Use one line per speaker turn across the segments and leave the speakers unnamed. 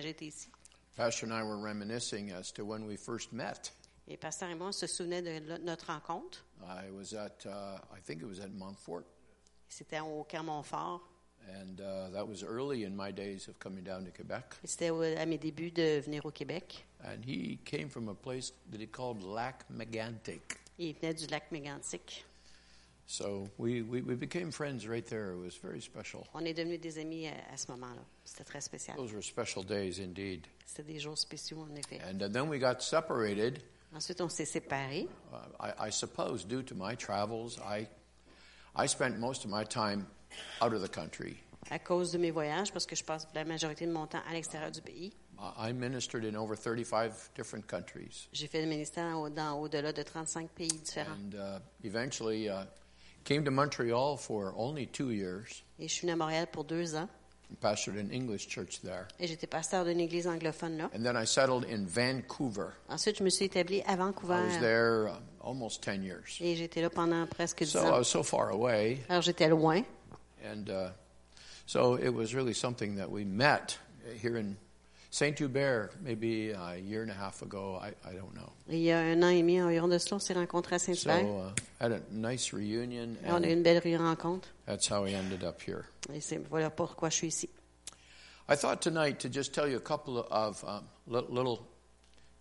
j'étais ici.
Pastor and I were reminiscing as to when we first met.
Et Pasteur et moi, on se souvenait de lo- notre rencontre.
I was at, uh, I think it was at Montfort,
C'était au Clermont-Fort.
and uh, that was early in my days of coming down to Quebec.
Et C'était au- à mes débuts de venir au Québec.
And he came from a place that he called Lac Megantic.
Et il venait du lac Mégantic.
So we, we, we became friends right there. It was very special.
On est devenus des amis à, à ce moment-là. C'était très spécial.
Those were special days indeed.
C'était des jours spéciaux, en effet.
And uh, then we got separated.
Ensuite, on s'est séparés.
Uh, I, I suppose due to my travels, I, I spent most of my time out of the country.
à cause de mes voyages, parce que je passe la majorité de mon temps à l'extérieur du pays.
I I ministered in over 35 different countries.
J'ai fait le ministère au- dans au-delà de 35 pays différents.
And uh, eventually uh, came to Montreal for only two years
Et je suis venue à Montréal pour deux ans.
and pastored an English church there.
Et j'étais pasteur d'une église anglophone là.
And then I settled in Vancouver.
Ensuite, je me suis établie à
I was
Vancouver.
there um, almost 10 years.
Et j'étais là pendant presque dix
So I
ans.
was so far away.
Alors, j'étais loin.
And uh, so it was really something that we met here in St. Hubert maybe a year and a half ago. I, I don't know.
Et il y a un an et demi environ de cela, on s'est rencontrés à
So
Saint-Hubert.
uh, had a nice reunion,
Et on a eu
and
une belle rue rencontre.
that's how we ended up here.
Et c'est voilà pourquoi je suis ici.
I thought tonight to just tell you a couple of um, li- little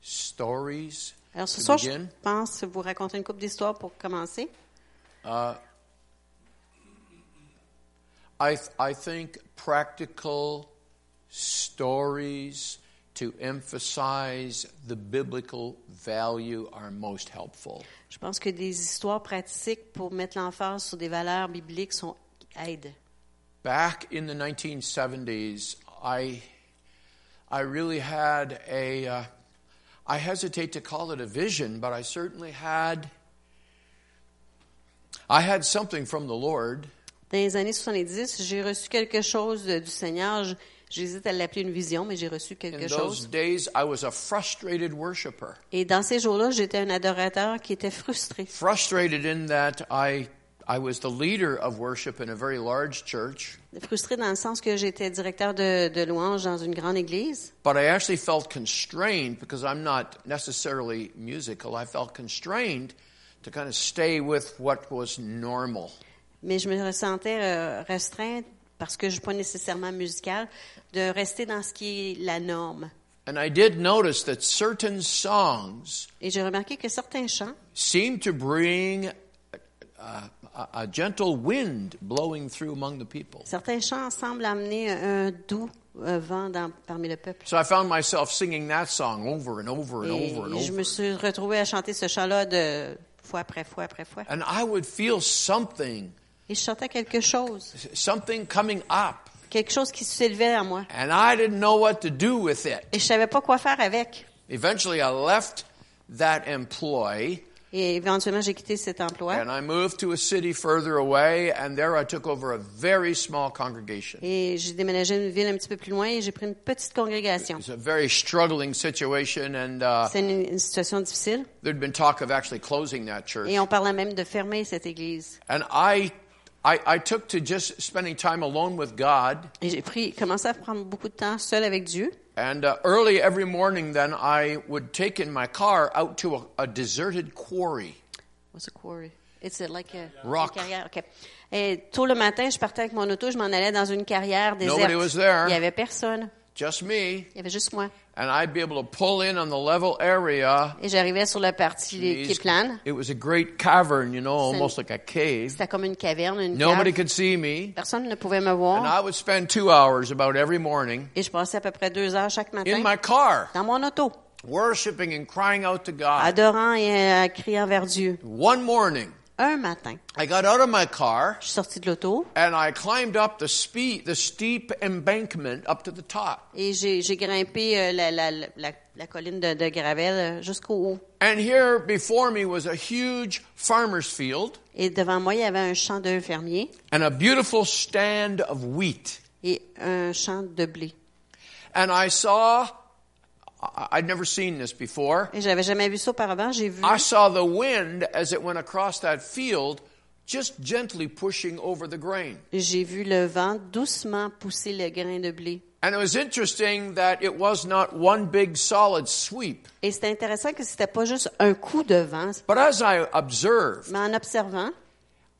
stories
Alors, ce
to
soir, je
begin.
pense vous raconter une couple d'histoires pour commencer.
I, th- I think practical stories to emphasize the biblical value are most helpful.
Je pense que des histoires pratiques pour mettre l'emphase sur des valeurs bibliques sont aident.
Back in the 1970s, I, I really had a, uh, I hesitate to call it a vision, but I certainly had, I had something from the Lord.
Dans les années 70, j'ai reçu quelque chose de- du Seigneur. Je- J'hésite à l'appeler une vision, mais j'ai reçu
In
quelque
those
chose.
days, I was a frustrated worshiper.
Et dans ces jours-là, j'étais un adorateur qui était frustré.
Frustrated in that I, I was the leader of worship in a very large church,
Frustré dans le sens que j'étais directeur de, de louange dans une grande église,
but I actually felt constrained because I'm not necessarily musical. I felt constrained to kind of stay with what was normal.
mais je me ressentais euh, restreinte parce que je suis pas nécessairement musicale, de rester dans ce qui est la norme.
And I did notice that certain songs
Et j'ai remarqué que certains chants
seemed to bring a, a, a gentle wind blowing through among the people.
Certains chants semblent amener un doux euh, vent dans- parmi le peuple.
So I found myself singing that song over and over and
Et
over and
je me
over.
suis retrouvée à chanter ce chant-là de fois après fois après fois.
And I would feel something,
Et je chantais quelque chose,
something coming up.
quelque chose qui s'élevait à moi.
And I didn't know what to do with it.
Et je savais pas quoi faire avec.
Eventually, I left that employ
Et éventuellement, j'ai quitté cet emploi.
and I moved to a city further away. And there I took over a very small congregation.
Et j'ai déménagé une ville un petit peu plus loin et j'ai pris une petite congrégation.
It's a very struggling situation. And uh,
C'est une, une situation difficile.
there'd been talk of actually closing that church.
Et on parlait même de fermer cette église.
And I, I, I took to just spending time alone with God.
Et j'ai pris, commencé à prendre beaucoup de temps seul avec Dieu.
And uh, early every morning, then I would take in my car out to a, a deserted quarry.
What's a quarry? It's a- like a
Rock.
une carrière. ok. Et tôt le matin, je partais avec mon auto, je m'en allais dans une carrière déserte.
Nobody was there.
Il y avait personne.
Just me,
Il y avait juste moi.
and I'd be able to pull in on the level area.
Et j'arrivais sur la partie qui est plane.
It was a great cavern, you know,
C'est-
almost like a cave.
C'était comme une caverne, une
Nobody
cave.
could see me,
Personne ne pouvait me
and
voir.
I would spend two hours about every morning
Et je passais à peu près deux heures chaque matin
in my car,
dans mon auto,
worshiping and crying out to God.
adorant et euh, criant vers Dieu.
One morning,
Un matin,
I got out of my car
je suis sortie de l'auto
and I climbed up the, spe- the steep embankment up to the top.
et j'ai j'ai grimpé euh, la, la- la- la- la colline de, de Gravel euh, jusqu'au haut.
And here before me was a huge farmer's field
Et devant moi, il y avait un champ d'un fermier.
and a beautiful stand of wheat.
et un champ de blé.
And I saw, I- I'd never seen this before,
Et j'avais jamais vu ça auparavant. J'ai vu,
I saw the wind as it went across that field just gently pushing over the grain.
j'ai vu le vent doucement pousser le grain de blé.
And it was interesting that it was not one big solid sweep.
Et c'était intéressant que c'était pas juste un coup de vent,
But as I observed,
mais en observant,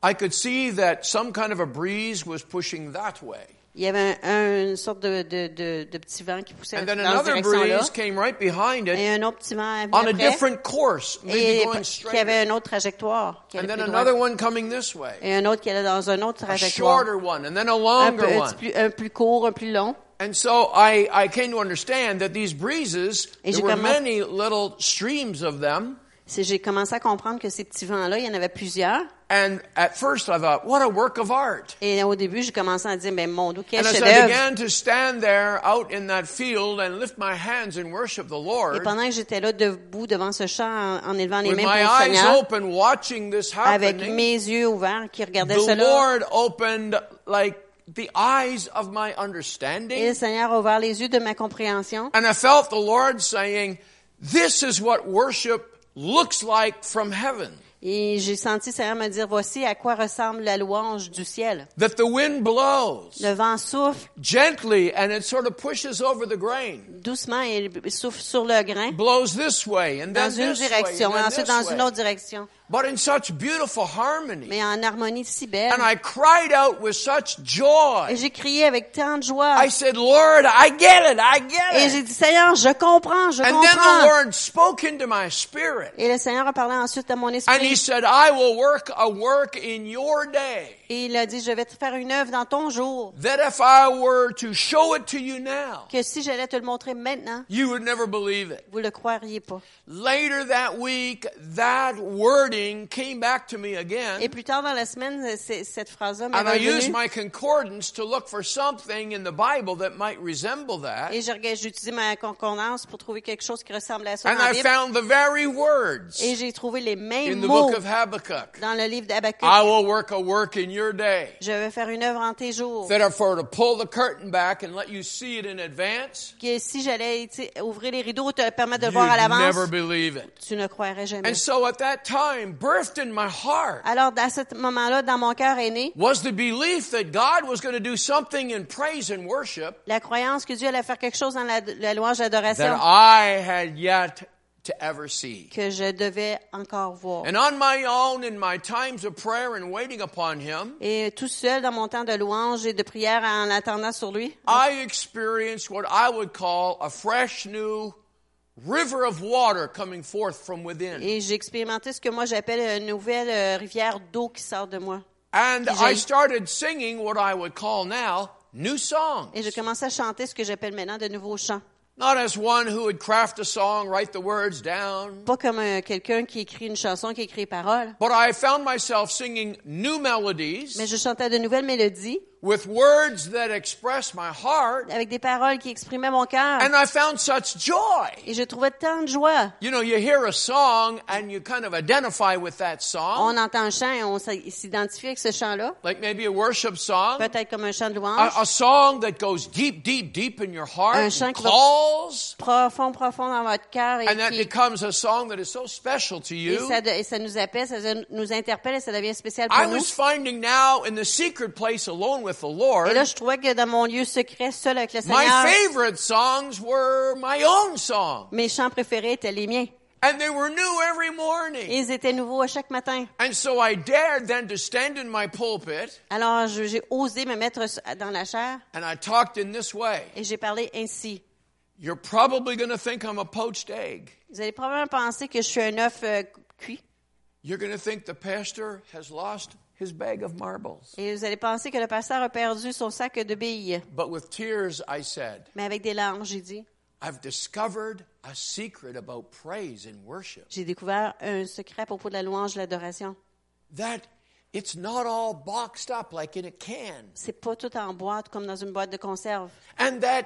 I could see that some kind of a breeze was pushing that way.
il y avait un- une sorte de, de, de- de petit vent qui poussait
And then
dans cette
another
direction-là,
breeze came right behind
et
it
un autre petit vent
on a
venait après,
different course, maybe
et
going
qui
straight.
avait une autre trajectoire, qui
And
allait
then
plus droit,
another one coming this way,
et un autre qui allait dans un autre
a
trajectoire,
shorter one, and then a
un, peu-
longer
un
one.
petit plus, un plus court, un plus long.
And so I, I came to understand that these breezes,
Et
there
j'ai
were
commencé-
many little streams of them.
C'est- J'ai commencé à comprendre que ces petits vents-là, il y en avait plusieurs.
And at first I thought, what a work of art.
Et au début, j'ai commencé à dire, mais mon Dieu, quel
And as I
chef-d'œuvre!
began to stand there out in that field and lift my hands and worship the
Et
Lord,
pendant que j'étais là debout devant ce champ en, en élevant les
with
mains
my
pour le
eyes
Seigneur,
open, watching this
avec
happening,
mes yeux ouverts qui regardaient
the
cela,
Lord opened like the eyes of my understanding.
et le Seigneur a ouvert les yeux de ma compréhension.
And I felt the Lord saying, This is what worship looks like from heaven.
Et j'ai senti le Seigneur me dire, voici à quoi ressemble la louange du ciel.
That the wind blows
Le vent souffle
gently and it sort of pushes over the grain.
doucement et il souffle sur le grain,
Blows this way and
dans
then
une
this way. And
direction, et
then
ensuite dans
this
une
way.
autre direction,
But in such beautiful harmony.
mais en harmonie si belle.
And I cried out with such
Et
joy.
j'ai crié avec tant de joie.
I said, Lord, I get it, I
Et
get
j'ai
it.
dit, Seigneur, je comprends, je
And then the
comprends.
Lord spoke into my spirit.
Et le Seigneur a parlé ensuite à mon
And He
esprit.
said, I will work a work in your day.
Et il a dit, je vais te faire une œuvre dans ton jour,
that if I were to show it to you now,
que si j'allais te le montrer maintenant,
you would never believe it.
vous le croiriez pas.
Later that week, that wording came back to me
Et
again,
plus tard dans la semaine, c'est- cette phrase-là m'est
and I used
revenue.
my concordance to look for something in the Bible that might resemble that,
Et j'ai regardé- j'ai utilisé ma concordance pour trouver quelque chose qui ressemblait à ça
and
dans la
I
Bible.
found the very
Et
words
j'ai trouvé les mêmes
in the
mots
book of Ah Habakkuk.
dans le livre
I
d'Habakkuk.
will work a work in your day
Je vais faire une œuvre en tes jours.
that are for to pull the curtain back and let you see it in advance.
Que si j'allais tu sais, ouvrir les rideaux, te permettre de
You'd
voir à
never
l'avance,
believe it.
tu ne croirais jamais.
And so at that time, birthed in my heart
Alors, à ce moment-là, dans mon cœur est né
was the belief that God was going to do something in praise and worship
la croyance que Dieu allait faire quelque chose dans la, la louange
that
d'adoration
I had yet to ever see.
que je devais encore voir.
And on my own, in my times of prayer and waiting upon Him,
Et tout seul, dans mon temps de louange et de prière en attendant sur lui,
I experienced what I would call a fresh new river of water coming forth from within.
et j'ai expérimenté ce que moi j'appelle une nouvelle euh, rivière d'eau qui sort de moi.
And I started singing what I would call now new
Et
songs.
j'ai commencé à chanter ce que j'appelle maintenant de nouveaux chants.
Not as one who would craft a song, write the words down,
Pas comme euh, quelqu'un qui écrit une chanson, qui écrit les paroles,
but I found myself singing new melodies.
mais je chantais de nouvelles mélodies
with words that express my heart,
avec des paroles qui exprimaient mon cœur.
and I found such joy.
Et je trouvais tant de joie.
You know, you hear a song and you kind of identify with that song,
On entend un chant et on s'i- s'identifie avec ce chant-là.
like maybe a worship song, a,
peut-être comme un chant de louange,
a song that goes deep, deep, deep in your heart,
Un
and
chant qui va-
calls,
profond, profond dans votre cœur et,
and that
qui-
becomes a song that is so special to
et
you.
ça, de- et ça nous appelle, ça de- nous interpelle et ça devient spécial pour
I
nous.
was finding now in the secret place alone with the
Et
Lord.
là, je trouvais que dans mon lieu secret, seul avec le Seigneur,
My favorite songs were my own song,
mes chants préférés étaient les miens.
and they were new every morning.
Et ils étaient nouveaux à chaque matin.
And so I dared then to stand in my pulpit
Alors, je- j'ai osé me mettre s- dans la chair
and I talked in this way.
et j'ai parlé ainsi.
You're probably going to think I'm a poached egg.
Vous allez probablement penser que je suis un œuf euh, cuit.
You're going to think the pastor has lost his bag of marbles.
Et vous allez penser que le pasteur a perdu son sac de billes.
But with tears, I said,
Mais avec des larmes, j'ai dit,
I've discovered a secret about praise and worship
j'ai découvert un secret à propos de la louange, de l'adoration.
that it's not all boxed up like in a can.
c'est pas tout en boîte comme dans une boîte de conserve.
And that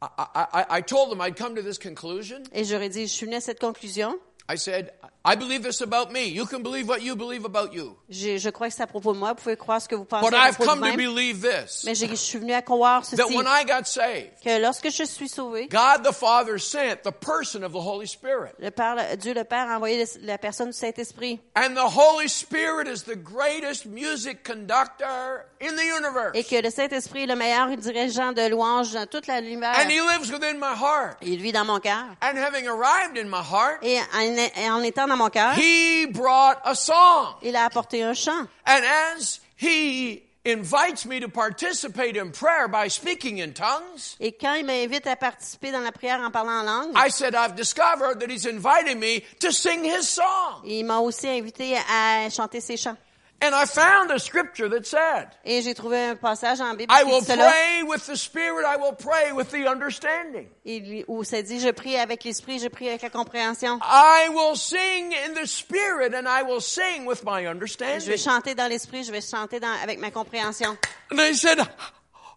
I, I, I- I told them I'd come to this conclusion.
Et j'aurais dit, je suis venue à cette conclusion.
I said, I believe this about me. You can believe what you believe about you.
J'ai- je crois que c'est à propos de moi. Vous pouvez croire ce que vous pensez
But
à
I've
propos de
come
même.
to believe this
Mais j'ai- je suis venu à croire
that
ceci,
when I got saved,
que lorsque je suis sauvé,
God the Father sent the person of the Holy Spirit.
le Père, Dieu le Père a envoyé le- la personne du Saint-Esprit.
And the Holy Spirit is the greatest music conductor in the
Et
universe.
que le Saint-Esprit est le meilleur dirigeant de louange dans toute la lumière.
And He lives within my heart.
Il vit dans mon cœur.
And having arrived in my heart,
Et en, et en étant dans mon cœur,
He brought a song.
il a apporté un chant.
And as He invites me to participate in prayer by speaking in tongues,
Et quand il m'invite à participer dans la prière en parlant en langue,
I said, I've discovered that He's inviting me to sing His song.
il m'a aussi invité à chanter ses chants.
And I found a scripture that said,
Et j'ai trouvé un passage en Bible qui
I will
dit cela,
pray with the Spirit, I will pray with the understanding.
Il- où ça dit, je prie avec l'esprit, je prie avec la compréhension.
I will sing in the Spirit and I will sing with my
Je vais
understanding.
chanter dans l'esprit, je vais chanter dans- avec ma compréhension.
And I said,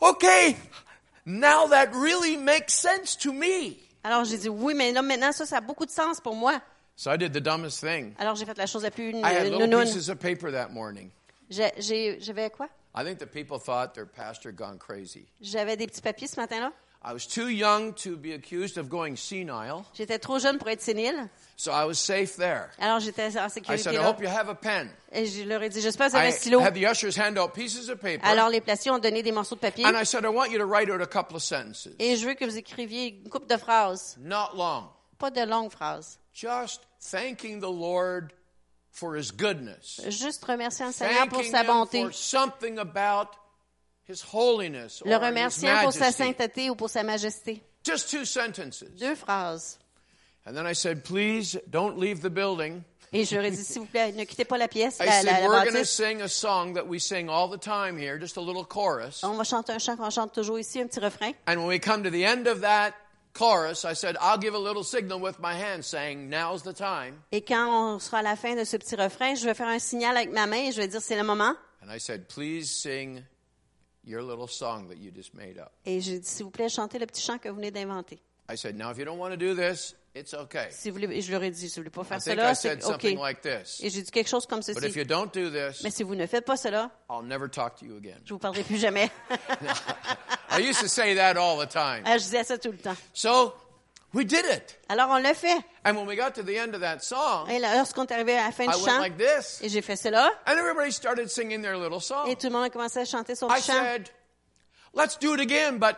okay, now that really makes sense to me.
Alors j'ai dit, oui, mais là maintenant, ça, ça a beaucoup de sens pour moi.
So I did the dumbest thing.
Alors j'ai fait la chose la plus
I had little
nounoune.
pieces of paper that morning.
J'ai- j'ai- J'avais quoi?
I think the people thought their pastor had gone crazy.
J'avais des petits papiers ce matin-là.
I was too young to be accused of going senile,
J'étais trop jeune pour être sénile.
so I was safe there.
Alors j'étais en
I
sécurité
said, I
là.
hope you have a pen.
Et je leur ai dit, j'espère que vous avez un
I
stylo.
had the ushers hand out pieces of paper.
Alors les placiers ont donné des morceaux de papier.
And I said, I want you to write out a couple of sentences.
Et je veux que vous écriviez une couple de phrases.
Not long.
Pas de longues phrases.
Just thanking the Lord for his goodness.
Juste remercier le Seigneur pour
Thanking
sa
him
bonté.
for something about his holiness
Le
or Oh, his
remerciant pour sa
majesty.
sainteté ou pour sa majesté.
Just two sentences.
Deux phrases.
And then I said, please don't leave the building.
Et je leur ai dit, s'il vous plaît, ne quittez pas la pièce, la,
I
la-
said,
la
we're going to
bâtisse.
sing a song that we sing all the time here, just a little chorus.
On va chanter un chant qu'on chante toujours ici, un petit refrain.
And when we come to the end of that chorus, I said, I'll give a little signal with my hand saying, now's the time.
Et quand on sera à la fin de ce petit refrain, je vais faire un signal avec ma main et je vais dire, c'est le moment.
And I said, please sing your little song that you just made up.
Et j'ai dit, s'il vous plaît, chantez le petit chant que vous venez d'inventer.
I said, now if you don't want to do this, it's okay.
Si vous voulez, et je leur ai dit, si vous voulez pas
I
faire
think I
cela, c'est
said
que- OK.
something like this.
Et j'ai dit quelque chose comme
But if
ceci.
you don't do this,
Mais si vous ne faites pas cela,
I'll never talk to you again.
je vous parlerai plus jamais.
I used to say that all the time.
Ah, je disais ça tout le temps.
So we did it.
Alors, on l'a fait.
And when we got to the end of that song,
Et là, lorsqu'on est arrivé à la fin
I
du
went
chant,
like this.
et j'ai fait cela,
And everybody started singing their little
et
song.
tout le monde a commencé à chanter son
I
petit chant.
said, let's do it again, but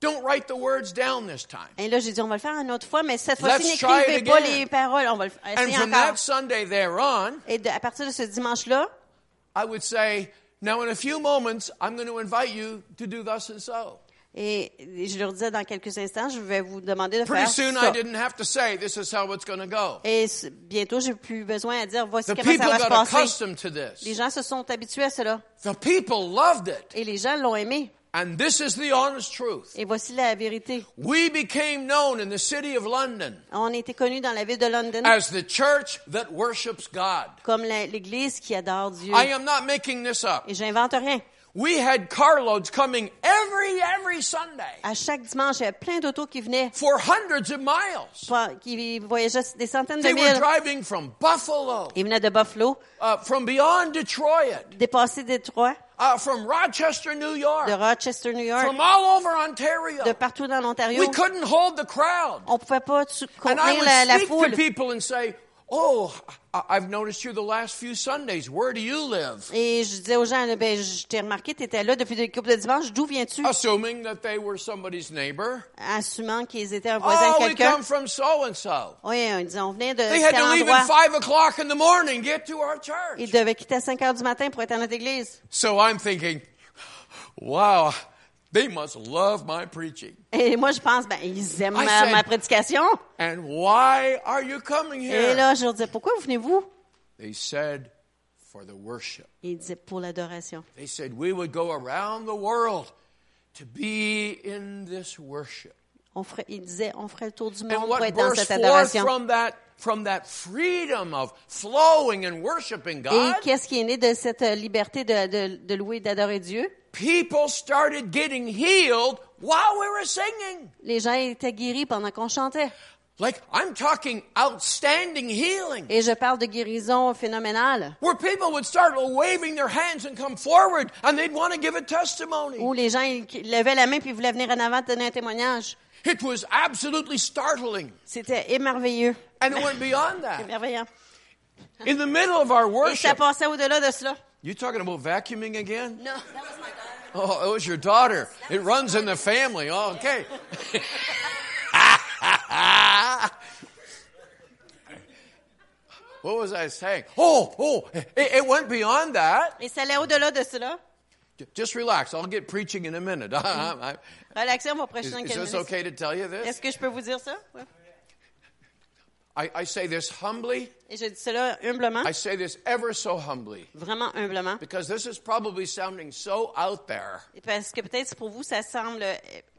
don't write the words down this time.
Et là, j'ai dit, on va le faire une autre fois, mais cette
Let's
fois-ci,
try it
n'écrivez pas
again.
les paroles. On va le faire.
And
Essayez
from
encore.
that Sunday thereon,
Et de- à partir de ce dimanche-là,
I would say, now in a few moments, I'm going to invite you to do thus and so.
et et je leur disais dans quelques instants, je vais vous demander de
Pretty
faire
soon, I
ça.
didn't have to say, this is how it's going to go.
Et c- bientôt, j'ai plus besoin à dire, voici
The
comment
people
ça va se
got
passer.
accustomed to
Les
this.
gens se sont habitués à cela.
The people loved it.
Et les gens l'ont aimé.
And this is the honest truth.
Et voici la vérité.
We became known in the city of London
On a été connus dans la ville de London
as the church that worships God.
comme la- l'Église qui adore Dieu.
I am not making this up.
Et j'invente rien.
We had carloads coming every every Sunday
À chaque dimanche, il y avait plein d'autos qui venaient,
for hundreds of miles.
pour- qui voyageaient des centaines de
They were
milles.
driving from Buffalo,
Ils venaient de Buffalo,
uh, from beyond Detroit,
dépasser Détroit,
uh, from Rochester, New
de
York,
Rochester, New York,
from all over
de
Ontario.
partout dans l'Ontario.
We couldn't hold the crowd.
On pouvait pas tu-
And I
contenir la, la
would speak
foule.
to people and say, "Oh, I- I've noticed you the last few Sundays. Where do you live?"
Et je disais aux gens, là, ben, je t'ai remarqué, tu étais là depuis des couples de dimanche, d'où viens-tu?
Oh. Assuming that they were somebody's neighbor.
Assumant qu'ils étaient un voisin
Oh,
de
we come
quelqu'un.
from so and so.
Oui, on disait, on venait de
They had
tel
to leave at
endroit.
five o'clock in the morning, get to our church.
Ils devaient quitter à 5 heures du matin pour être à notre église.
So I'm thinking, wow, they must love my preaching.
Et moi, je pense, ben, ils aiment
I
ma,
said-
ma prédication.
And why are you coming
Et
here?
là, je leur disais, pourquoi vous venez-vous?
They said, for the worship.
Ils disaient, pour l'adoration.
They said, we would go around the world to be in this worship.
On ferait, ils disaient, on ferait le tour du
And
monde pour
what
être dans
burst
cette
forth
adoration.
from that, from that freedom of flowing and worshiping
Et
God,
qu'est-ce qui est né de cette euh, liberté de, de, de louer et d'adorer Dieu?
people started getting healed while we were singing.
Les gens étaient guéris pendant qu'on chantait.
Like, I'm talking outstanding healing.
Et je parle de guérison phénoménale,
Where people would start waving their hands and come forward and they'd want to give a testimony.
où les gens ils levaient la main puis voulaient venir en avant donner un témoignage.
It was absolutely startling.
C'était émerveilleux,
And it went beyond that.
émerveillant.
In the middle of our
Et ça
worship,
passait au-delà de cela.
you talking about vacuuming again?
Non.
Oh, it was your daughter. It runs in the family. Oh, okay. what was I saying? Oh, oh, it, it went beyond that.
Et ça allait au-delà de cela.
J- Just relax. I'll get preaching in a minute. I-
Relaxez, on va prêcher
is,
dans
is
quelques
this
minutes.
okay to tell you this?
Est-ce que je peux vous dire ça? Oui.
I, I say this humbly.
Et je dis cela humblement,
I say this ever so humbly
vraiment humblement.
because this is probably sounding so out there.
Et Parce que peut-être pour vous, ça semble euh,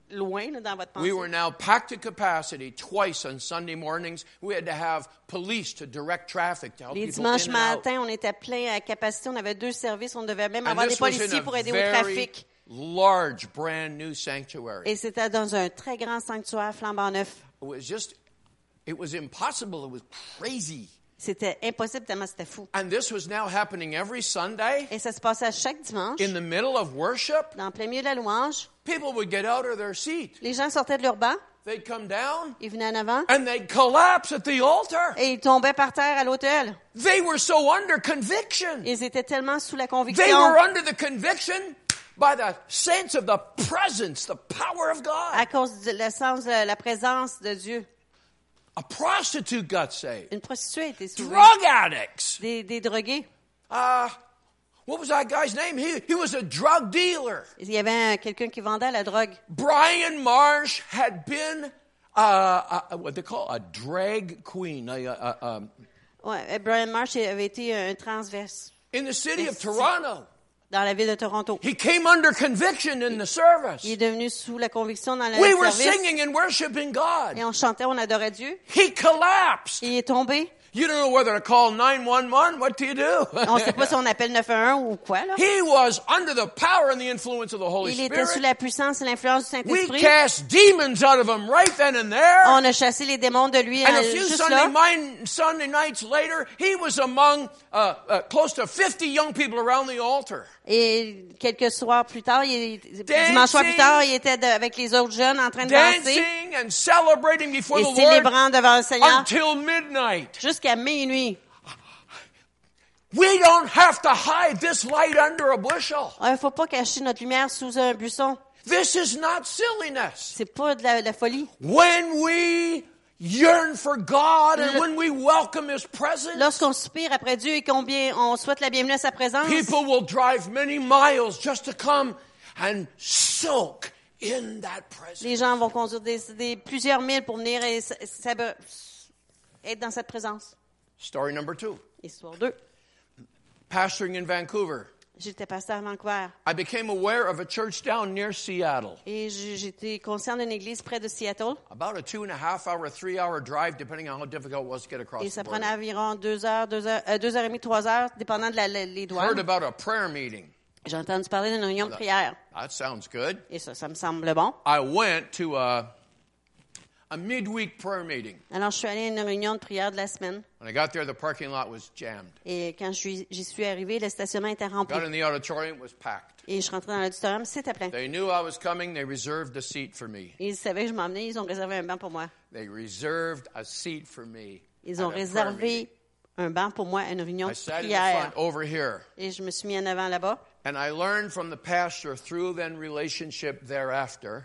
loin là, dans votre pensée.
We were now packed to capacity twice on Sunday mornings. We had to have police to direct traffic to help
Les
people in
dimanches
and out.
matins, on était plein à capacité. On avait deux services. On devait même
And
avoir des
this was in
policiers
a
pour aider au
very
trafic.
Large, brand new sanctuary.
Et c'était dans un très grand sanctuaire flambant neuf.
It was just, it was impossible. It was crazy.
C'était impossible tellement c'était fou.
And this was now happening every Sunday
Et ça se passait à chaque dimanche,
in the middle of worship.
dans le plein milieu de la louange.
People would get out of their seat.
Les gens sortaient de leur banc,
They'd come down
ils venaient en avant,
and they'd collapse at the altar.
et ils tombaient par terre à l'autel.
They were so under conviction.
Ils étaient tellement sous la
They
conviction,
were under the conviction by the sense of the presence, the power of
à
God.
cause de la sens de la présence de Dieu.
A prostitute got saved.
Une prostituée était souvent
Drug addicts.
Des, des drogués.
Uh, what was that guy's name? He, he was a drug dealer.
Il y avait euh, quelqu'un qui vendait la drogue.
Brian Marsh had been uh, a, what they call a drag queen a, a, a, um,
Ouais, euh, Brian Marsh avait été un transverse
in the city of Toronto.
dans la ville de Toronto.
He came under conviction in the service.
Il est devenu sous la conviction dans le
We were
service.
singing and worshiping God.
Et on chantait, on adorait Dieu.
He collapsed.
Il est tombé.
You don't know whether to call 911. What do you do?
On ne sait pas si on appelle 911 ou quoi, là.
he was under the power and the influence of the Holy
Il était sous
Spirit.
la puissance et l'influence du
We
Saint-Esprit.
cast demons out of him right then and there.
On a chassé les démons de lui
and
euh,
a few
juste
Sunday,
là.
min- Sunday nights later, he was among uh, uh, close to 50 young people around the altar.
Et quelques soirs plus tard, il,
Dancing.
dimanche soir plus tard, il était de- avec les autres jeunes en train de danser
Dancing and celebrating before
et
the Lord Oh,
célébrant devant le Seigneur
until midnight.
jusqu'à minuit.
We don't have to hide this light under a bushel.
Il faut pas cacher notre lumière sous un buisson.
This is not silliness.
C'est pas de la, de la folie.
When we yearn for God
Mm.
and when we welcome His presence,
Lorsqu'on soupire après Dieu et combien on souhaite la bienvenue à sa présence,
people will drive many miles just to come and soak in that presence.
les gens vont conduire des, des- plusieurs milles pour venir et, s- s'ab- être dans cette présence.
Story number two
Histoire 2.
pastoring in Vancouver.
J'étais pasteur à Vancouver
I became aware of a church down near Seattle,
et j- j'étais conscient d'une église près de Seattle
about a two and a half hour, three hour drive, depending on how difficult it was to get
et
across the
ça prenait
border.
environ deux heures, deux heures, euh, deux heures et demie, trois heures, dépendant de la, la- les
Heard
douanes.
about a prayer meeting.
J'ai entendu parler d'une réunion de prière
That sounds good.
et ça, ça me semble bon.
I went to a, a midweek prayer meeting.
Alors je suis allée à une réunion de prière de la semaine
When I got there, the parking lot was jammed.
et quand je suis- j'y suis arrivée, le stationnement était rempli
Got in the auditorium, it was packed.
et je rentrais dans l'auditorium, c'était plein.
They knew I was coming. They reserved a seat for me.
Ils savaient que je m'emmenais, ils ont réservé un banc pour moi.
They reserved a seat for me.
Ils
at
ont
a prayer meeting.
réservé un banc pour moi à une réunion
I
de
sat in the front
prière
over here,
et je me suis mis en avant là-bas
and I learned from the pastor through then relationship thereafter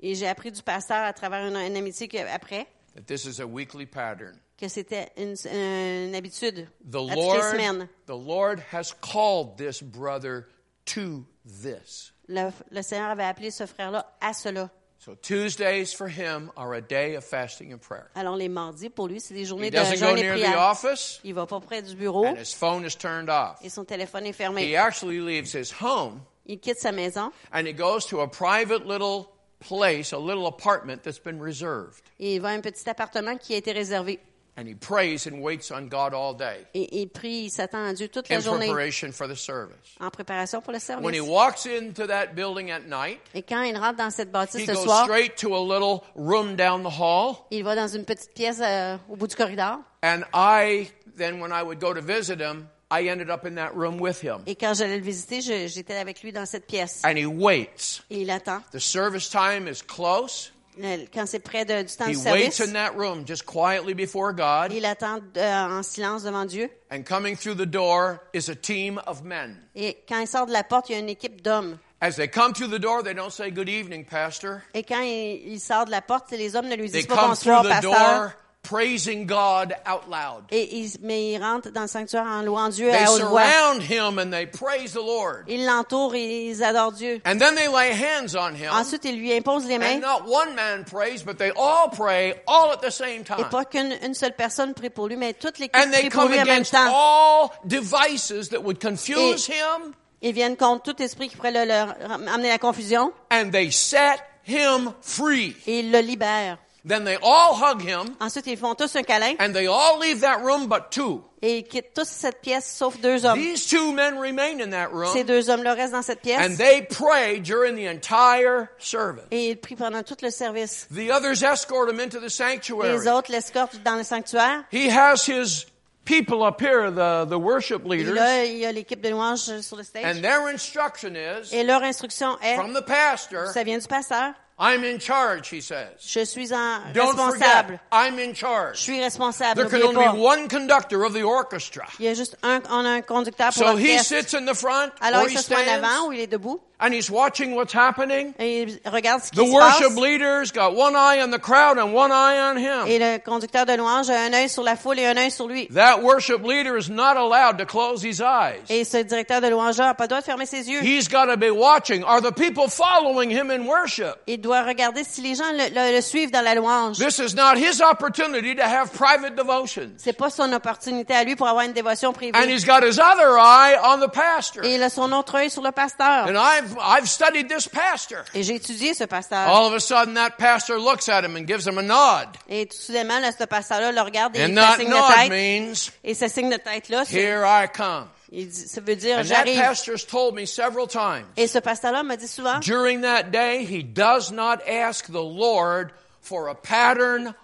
et j'ai appris du pasteur à travers une, une amitié que- après
that this is a weekly pattern.
que c'était une, une habitude
The
à toutes les
Lord,
semaines.
the Lord has called this brother to this.
Le, le Seigneur avait appelé ce frère-là à cela.
So Tuesdays for him are a day of fasting and prayer.
Alors les mardis pour lui, c'est des
He
journées de
doesn't go
jeûne et
near the
prière.
office,
Il va pas près du bureau
and his phone is turned off.
et son téléphone est
He
fermé.
actually leaves his home
Il quitte sa maison
and he goes to a private little place, a little apartment that's been reserved.
et il va à un petit appartement qui a été réservé.
and he prays and waits on God all day
Et il prie, il s'attend à Dieu toute la
in
journée
preparation for the service.
en préparation pour le
When he
service.
walks into that building at night,
Et quand il rentre dans cette
he
bâtisse le
goes
soir,
straight to a little room down the hall.
il va dans une petite pièce euh, au bout du corridor.
And I, then when I would go to visit him, I ended up in that room with him.
Et quand j'allais le visiter, je- j'étais avec lui dans cette pièce.
And he waits.
Et il attend.
The service time is close.
Le- Quand c'est près de- du temps
He
du service,
waits in that room just quietly before God.
il attend euh, en silence devant Dieu.
And coming through the door is a team of men.
Et quand il sort de la porte, il y a une équipe d'hommes.
As they come through the door, they don't say, Good evening, Pastor.
Et quand il, il sort de la porte, les hommes ne lui
They
disent pas
come through
bonsoir,
the
pasteur.
door praising God out loud.
Et ils, mais ils rentrent dans le sanctuaire en louant Dieu
They
à haute voix.
surround him and they praise the Lord.
Ils l'entourent et ils adorent Dieu.
And then they lay hands on him.
Ensuite, ils lui imposent les mains.
And not one man prays, but they all pray all at the same
Et
time.
pas qu'une une seule personne prie pour lui, mais toute l'équipe
And they
prie pour
come
lui en même
against
temps.
all devices that would confuse
Et-
him,
Ils viennent contre tout esprit qui pourrait le- leur amener la confusion.
and they set him free.
Et ils le libèrent.
Then they all hug him,
Ensuite, ils font tous un câlin.
and they all leave that room but two.
Et ils quittent tous cette pièce, sauf deux hommes.
These two men remain in that
Ces
room,
deux hommes-là restent dans cette
and
pièce.
they pray during the entire service.
Et ils prient pendant tout le service.
The others escort him into the
Les
sanctuary.
autres l'escortent dans le sanctuaire.
He has his people up here, the, the worship
Et
leaders,
là, il y a l'équipe de louanges sur le stage.
and their instruction is
Et leur instruction est,
from the pastor,
ça vient du pasteur,
I'm in charge, he says.
je suis en
Don't
responsable.
forget, I'm in
Je
charge.
suis responsable,
There can
n'oubliez
only
pas.
be one conductor of the orchestra.
Il y a juste un, on a un conducteur pour
So he
l'orchestre.
sits in the front,
Alors
or
il
he
se soit en avant
stands,
ou il est debout
and he's watching what's happening.
et il regarde ce qui
The
se passe.
worship leaders got one eye on the crowd and one eye on
Et
him.
le conducteur de louange a un œil sur la foule et un œil sur lui.
That worship leader is not allowed to close his eyes.
Et ce directeur de louange n'a pas le droit de fermer ses yeux.
He's got to be watching. Are the people following him in worship?
Il doit regarder si les gens le, le- le suivent dans la louange.
This is not his opportunity to have private devotions.
C'est pas son opportunité à lui pour avoir une dévotion privée.
And he's got his other eye on the pastor.
Et il a son autre œil sur le pasteur.
And I've, I've studied this pastor.
Et j'ai étudié ce pasteur.
All of a sudden, that pastor looks at him and gives him a nod.
Et tout soudainement, là, ce pasteur-là le regarde et
And
il fait
that
signe
nod
de tête.
means,
Et ce signe de tête-là, c'est-
here I come.
il dit- ça veut dire
And that
j'arrive.
pastor's told me several times.
Et ce pasteur-là m'a dit souvent,
During that day, he does not ask the Lord for a pattern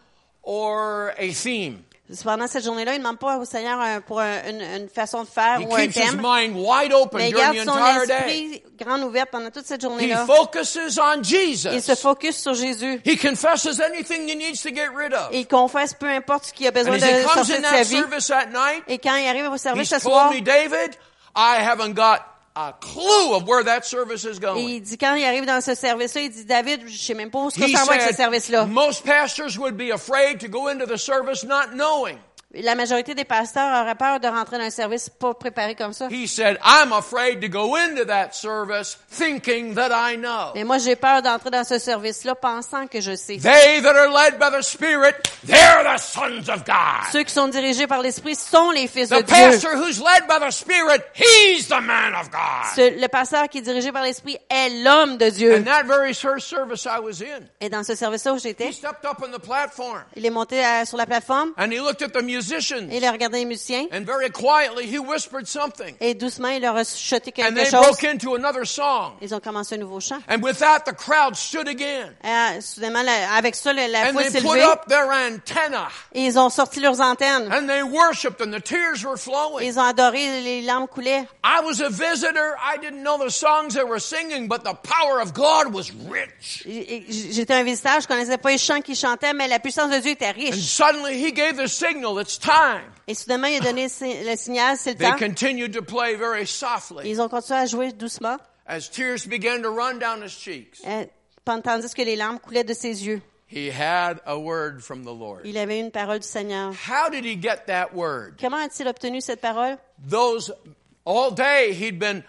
or a theme.
Pendant cette journée-là, il ne demande pas au Seigneur un- pour un- une, une façon de faire
He
ou un
keeps his
thème,
mind wide open
mais il
during
garde
the
son
entire day.
esprit grande ouverte pendant toute cette
He
journée-là.
focuses on
Il se
Jesus.
focus sur Jésus.
He confesses anything he needs to get rid of.
Et il confesse peu importe ce qu'il a
And
besoin
as
de
he comes
sortir
in
de sa
that
vie.
service at night,
Et quand il arrive au service
he's
ce
told
soir,
me, David, I haven't got a clue of where that service is
et
going.
il dit quand il arrive dans ce service-là, il dit David, je sais même pas où ce que
He
ça va avec ce
said,
service-là.
most pastors would be afraid to go into the service not knowing.
La majorité des pasteurs auraient peur de rentrer dans un service pas préparé comme ça.
He said, I'm afraid to go into that service thinking that I know.
Mais moi, j'ai peur d'entrer dans ce service-là pensant que je sais.
They that are led by the Spirit, they're the sons of God.
Ceux qui sont dirigés par l'Esprit sont les fils de
The
Dieu.
pastor who's led by the Spirit, he's the man of God.
Ce- le pasteur qui est dirigé par l'Esprit est l'homme de Dieu.
And that very first service I was in,
Et dans ce service-là où j'étais,
he stepped up on the platform
il est monté à- sur la plateforme,
and he looked at the musicians
et il a regardé les musiciens,
and very quietly he whispered something.
et doucement, il leur a chuté
And
quelque
they
chose.
broke into another song.
Ils ont commencé un nouveau chant.
And with that, the crowd stood again.
Euh, soudainement, la- avec ça, la, la
And
foule
they
s'est
put
levée,
up their antenna
et ils ont sorti leurs antennes.
and they worshiped and the tears were flowing.
Ils ont adoré, les larmes coulaient.
I was a visitor. I didn't know the songs they were singing, but the power of God was rich.
Et- et J'étais un visiteur, je connaissais pas les chants qu'ils chantaient, mais la puissance de Dieu était
And
riche.
suddenly he gave the signal, it's time.
Et soudainement, il a donné le si- le signal, c'est le
They
temps.
continued to play very softly
Ils ont continué à jouer doucement,
as tears began to run down his cheeks.
euh, pendant- tandis que les larmes coulaient de ses yeux.
He had a word from the Lord.
Il avait une parole du Seigneur.
How did he get that word?
Comment a-t-il obtenu cette parole?
Those all day he'd been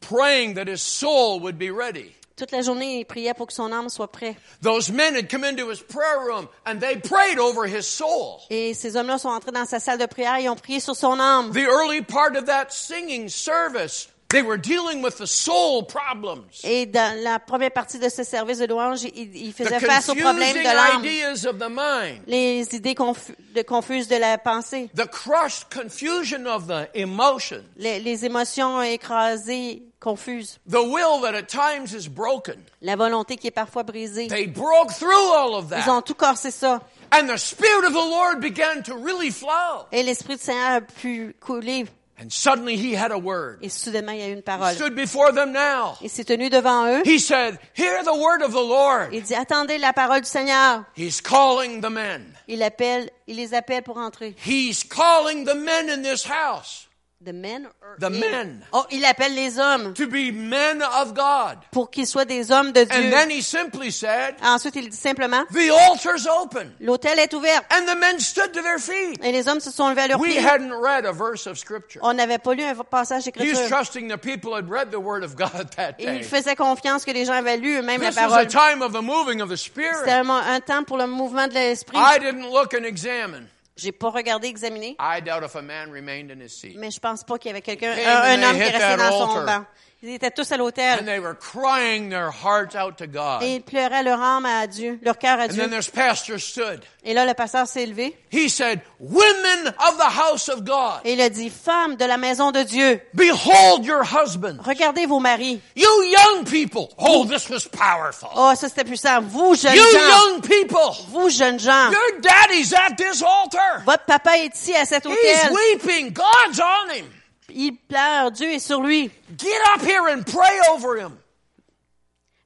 praying that his soul would be ready.
Toute la journée, il priait pour que son âme soit prête.
Those men had come into his prayer room and they prayed over his soul.
Et ces hommes-là sont entrés dans sa salle de prière et ont prié sur son âme.
The early part of that singing service They were dealing with the soul problems,
Et dans la première partie de ce service de louange, il, il
the
faisait face aux problèmes de
confusing
l'âme,
ideas of the mind,
les idées confu- de- confuses de la pensée,
the crushed confusion of the emotion,
les, les émotions écrasées, confuses,
the will that at times is broken.
la volonté qui est parfois brisée.
They broke through all of
Ils ont
that,
tout corsé ça.
and the Spirit of the Lord began to really flow.
Et l'Esprit du Seigneur a pu couler.
And suddenly he had a word.
Et soudainement, il y a eu une
He
parole.
stood before them now.
Il s'est tenu devant eux.
He said, Hear the word of the Lord.
Il dit, attendez la parole du Seigneur.
He's calling the men.
Il appelle, il les appelle pour entrer.
He's calling the men in this house
The men are
The
in.
men.
Oh, il appelle les hommes
to be men of God.
pour qu'ils soient des hommes de Dieu.
And then he simply said,
Ensuite, il dit simplement,
The altar's open.
l'autel est ouvert.
And the men stood to their feet.
Et les hommes se sont levés à leurs
We
pieds.
hadn't read a verse of scripture.
On n'avait pas lu un passage
He's
d'écriture.
trusting the people had read the word of God that
Et
day.
il faisait confiance que les gens avaient lu eux-mêmes la
This was
parole.
a time of the moving of the
C'était
Spirit.
vraiment un temps pour le mouvement de l'esprit.
I didn't look and examine.
J'ai pas regardé, examiné,
I doubt if a man remained in his seat.
mais je pense pas qu'il y avait quelqu'un,
Came
un, un
and
homme
they
qui
hit that
restait dans son
altar.
banc. Ils étaient tous à
And
l'autel
they were crying their hearts out to God.
et ils pleuraient leur âme à Dieu, leur cœur à
And
Dieu.
then this pastor stood.
Et là, le pasteur s'est levé
He said, Women of the house of God,
et il a dit, femmes de la maison de Dieu,
behold your husband.
regardez vos maris.
You young people. Oh, this was powerful.
Oh, ça c'était puissant. Vous, jeunes
You
gens,
young people.
vous, jeunes gens,
Your daddy's at this altar.
votre papa est ici à cet
He's
autel.
weeping. God's on him.
Il pleure, Dieu est sur lui.
Get up here and pray over him.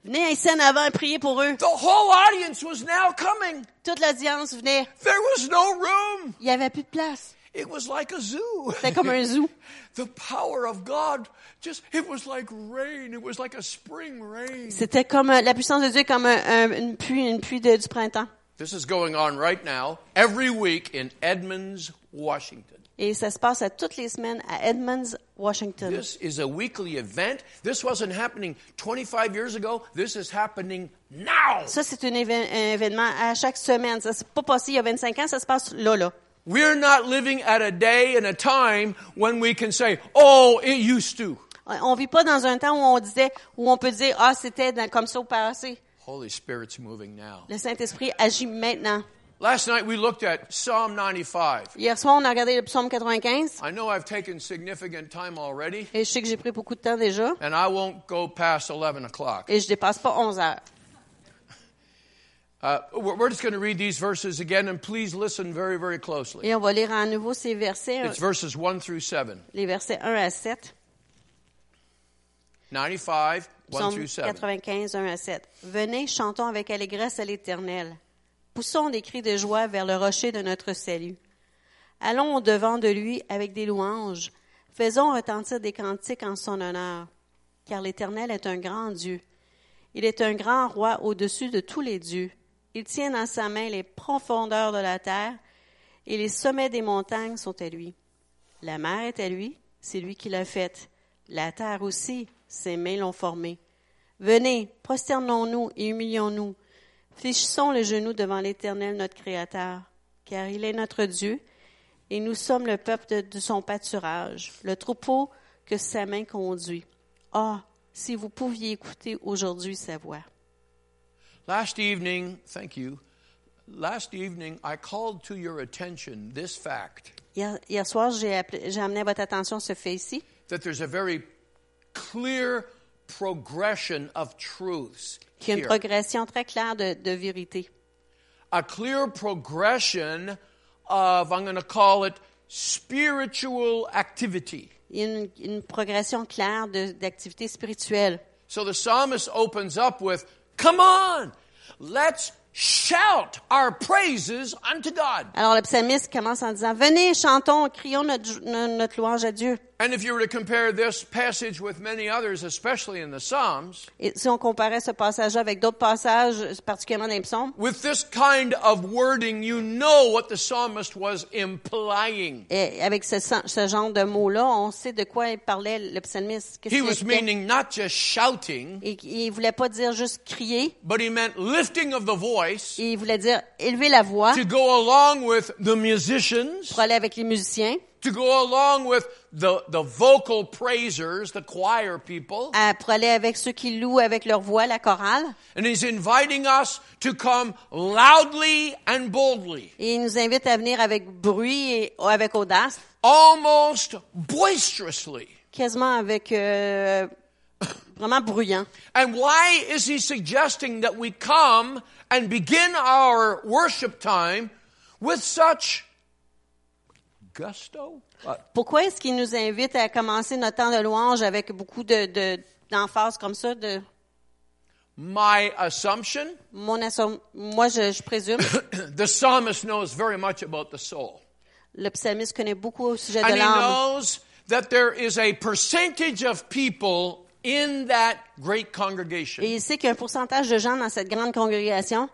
Venez ici en avant et priez pour eux.
The whole audience was now coming.
Toute l'audience venait.
There was no room.
Il n'y avait plus de place.
It was like a zoo.
C'était comme un zoo.
The power of God just, it was like rain. It was like a spring rain.
C'était comme euh, la puissance de Dieu, comme un- un- une pluie, une pluie de- du printemps.
This is going on right now, every week in Edmonds, Washington.
Et ça se passe à toutes les semaines à Edmonds, Washington.
This is a weekly event. This wasn't happening 25 years ago. This is happening now.
Ça, c'est un, éve- un événement à chaque semaine. Ça s'est pas passé il y a 25 ans, ça se passe là, là.
We're not living at a day and a time when we can say, oh, it used to.
On on vit pas dans un temps où on disait, où on peut dire, ah, c'était dans- comme ça au passé.
Holy Spirit's moving now.
Le Saint-Esprit agit maintenant.
Last night we looked at Psalm 95.
Hier soir, on a regardé le psaume 95.
I know I've taken significant time already,
Et je sais que j'ai pris beaucoup de temps déjà.
and I won't go past 11 o'clock.
Et je dépasse pas 11 heures.
Uh, we're we're just going to read these verses again, and please listen very, very closely.
Et on va lire à nouveau ces versets, euh,
It's verses 1 through 7.
les versets 1 à 7.
95, 1
Psaume
through 7.
95, 1 à 7. Venez, chantons avec allégresse à l'Éternel. Poussons des cris de joie vers le rocher de notre salut. Allons au-devant de lui avec des louanges. Faisons retentir des cantiques en son honneur. Car l'Éternel est un grand Dieu. Il est un grand roi au-dessus de tous les dieux. Il tient dans sa main les profondeurs de la terre et les sommets des montagnes sont à lui. La mer est à lui, c'est lui qui l'a faite. La terre aussi, ses mains l'ont formée. Venez, prosternons-nous et humilions-nous. Fléchissons le genou devant l'Éternel, notre Créateur, car il est notre Dieu, et nous sommes le peuple de, de son pâturage, le troupeau que sa main conduit. Ah, si vous pouviez écouter aujourd'hui sa voix.
Last evening, thank you. Last evening, I called to your attention this fact
Hier, hier soir, j'ai appelé- j'ai amené à votre attention ce fait ici.
that there's a very clear progression of truths
qui a une
here.
progression très claire de, de vérité.
A clear progression of, I'm going to call it spiritual activity.
Il y a une, une progression claire de- d'activité spirituelle.
So the psalmist opens up with, Come on, let's shout our praises unto God.
Alors le psalmiste commence en disant, venez, chantons, crions notre, jo- no- notre louange à Dieu.
And if you were to compare this passage with many others, especially in the Psalms,
Et si on comparait ce passage avec d'autres passages, particulièrement dans les psaumes,
With this kind of wording, you know what the psalmist was implying.
et avec ce, sen- ce genre de mots-là, on sait de quoi il parlait le psalmiste. Qu'est-ce
He
qu'il
was
expliquait?
meaning not just shouting,
Et- Il voulait pas dire juste crier,
but he meant lifting of the voice
il voulait dire élever la voix
to go along with the musicians,
pour aller avec les musiciens,
to go along with the, the vocal praisers, the choir people.
à- pour aller avec ceux qui louent avec leur voix la chorale.
And he's inviting us to come loudly and boldly,
Et il nous invite à venir avec bruit et avec audace,
almost boisterously.
quasiment avec euh, vraiment bruyant.
And why is he suggesting that we come and begin our worship time with such gusto? Uh,
Pourquoi est-ce qu'il nous invite à commencer notre temps de louange avec beaucoup de, de- d'emphase comme ça? De,
my assumption
mon assom- moi, je, je présume,
the psalmist knows very much about the soul.
le psalmiste connaît beaucoup au sujet de
And he
l'âme.
knows that there is a percentage of people in that great
Et
congregation
il sait qu'il y a un pourcentage de gens dans cette grande congrégation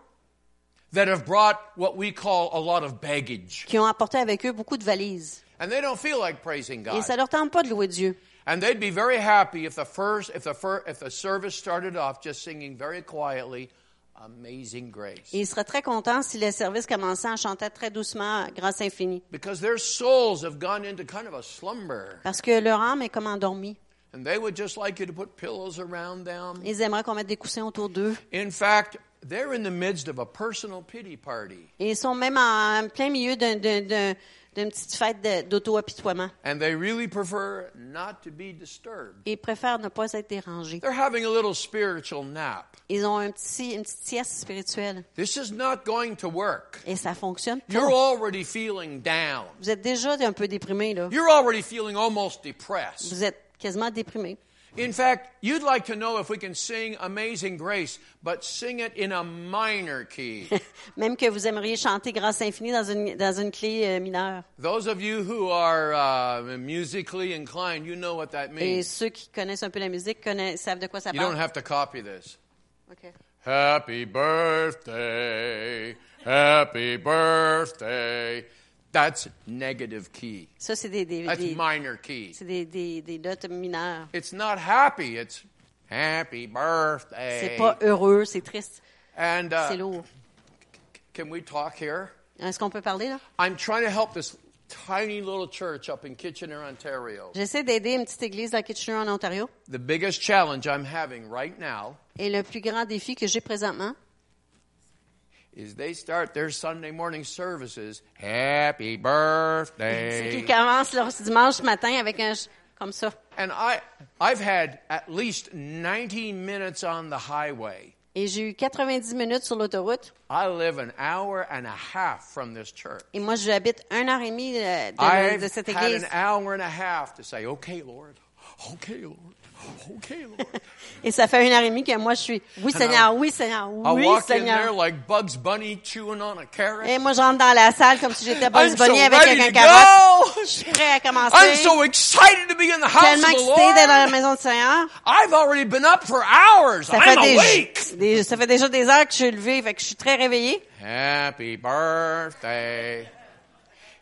that have brought what we call a lot of baggage.
qui ont apporté avec eux beaucoup de valises.
And they don't feel like praising
Et
God.
ça leur tente pas de louer Dieu.
And they'd be very happy if the first, if the fir- if the service started off just singing very quietly, "Amazing Grace,"
Et ils seraient très contents si le service commençait en chantant très doucement Grâce infinie.
because their souls have gone into kind of a slumber,
Parce que leur âme est comme endormie.
and they would just like you to put pillows around them.
Ils aimeraient qu'on mette des coussins autour d'eux.
In fact, they're in the midst of a personal pity party,
Et ils sont même en plein milieu d'un- d'un- d'un- d'une petite fête de- d'auto-apitoiement.
and they really prefer not to be disturbed.
Ils préfèrent ne pas être dérangés.
They're having a little spiritual nap.
Ils ont un petit, une petite sieste spirituelle.
This is not going to work.
Et ça fonctionne pas.
You're already feeling down.
Vous êtes déjà un peu déprimé, là.
You're already feeling almost depressed.
Vous êtes quasiment déprimé.
In fact, you'd like to know if we can sing Amazing Grace, but sing it in a minor key.
Même que vous aimeriez chanter Grâce infinie dans une, dans une clé euh, mineure.
Those of you who are uh, musically inclined, you know what that
Et
means.
ceux qui connaissent un peu la musique connaissent, savent de quoi ça
You don't
parle.
have to copy this.
OK.
Happy birthday, happy birthday. That's negative key.
Ça, c'est des, des,
That's
des-
minor key.
c'est des, des, des notes mineures.
It's not happy, it's happy birthday.
C'est pas heureux, c'est triste,
and
c'est
uh,
lourd.
can we talk here?
Est-ce qu'on peut parler, là?
I'm trying to help this tiny little church up in Kitchener, Ontario.
J'essaie d'aider une petite église à Kitchener, en Ontario.
The biggest challenge I'm having right now
Et le plus grand défi que j'ai présentement,
is they start their Sunday morning services.
c'est
Happy
qu'ils
birthday.
commencent leur dimanche matin avec un... ch- comme ça.
And I I've had at least 90 minutes on the highway.
Et j'ai eu 90 minutes sur l'autoroute.
I live an hour and a half from this church.
Et moi, j'habite un heure et demie euh, de,
I've
de cette
had
église.
an hour and a half to say, "Okay, Lord. Okay, Lord. Okay, Lord."
Et ça fait une heure et demie que moi, je suis « Oui, Seigneur, oui, Seigneur,
I
oui,
Ah walk in there
Seigneur
like Bugs Bunny chewing on a » carrot.
Et moi, j'entre dans la salle comme si j'étais Bugs
I'm so
Bunny avec
ready
quelqu'un
to
carotte.
go.
Je suis prêt à
I'm
commencer.
so excited to be in the house of
Tellement
the
excité d'être dans la
Lord.
maison du Seigneur.
I've already been up for hours.
Ça fait,
I'm awake.
des, des- ça fait déjà des heures que je suis levée, fait que je suis très réveillée.
Happy birthday.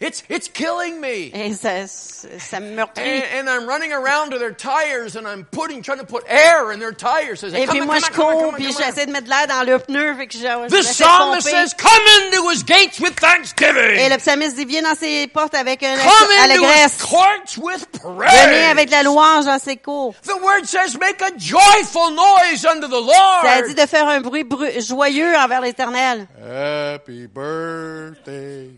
It's it's killing me.
Et ça, ça me meurtrit.
And, and I'm running around to their tires and I'm putting trying to put air in their tires. As they
Et
come
puis
on,
moi,
come
je
on, come on,
cours,
come on,
puis
come on.
j'essaie de mettre de l'air dans le pneu, fait que je, je
The
laisse
psalmist
pomper.
says, "Come into his gates with
Et
thanksgiving.
le psalmiste dit, viens dans ses portes avec un
Come
à
into his
l'allégresse.
courts with
Venez avec de la
praise."
louange dans ses cours.
The word says, "Make a joyful noise unto the Lord."
Ça dit de faire un bruit bru- joyeux envers l'éternel.
Happy birthday.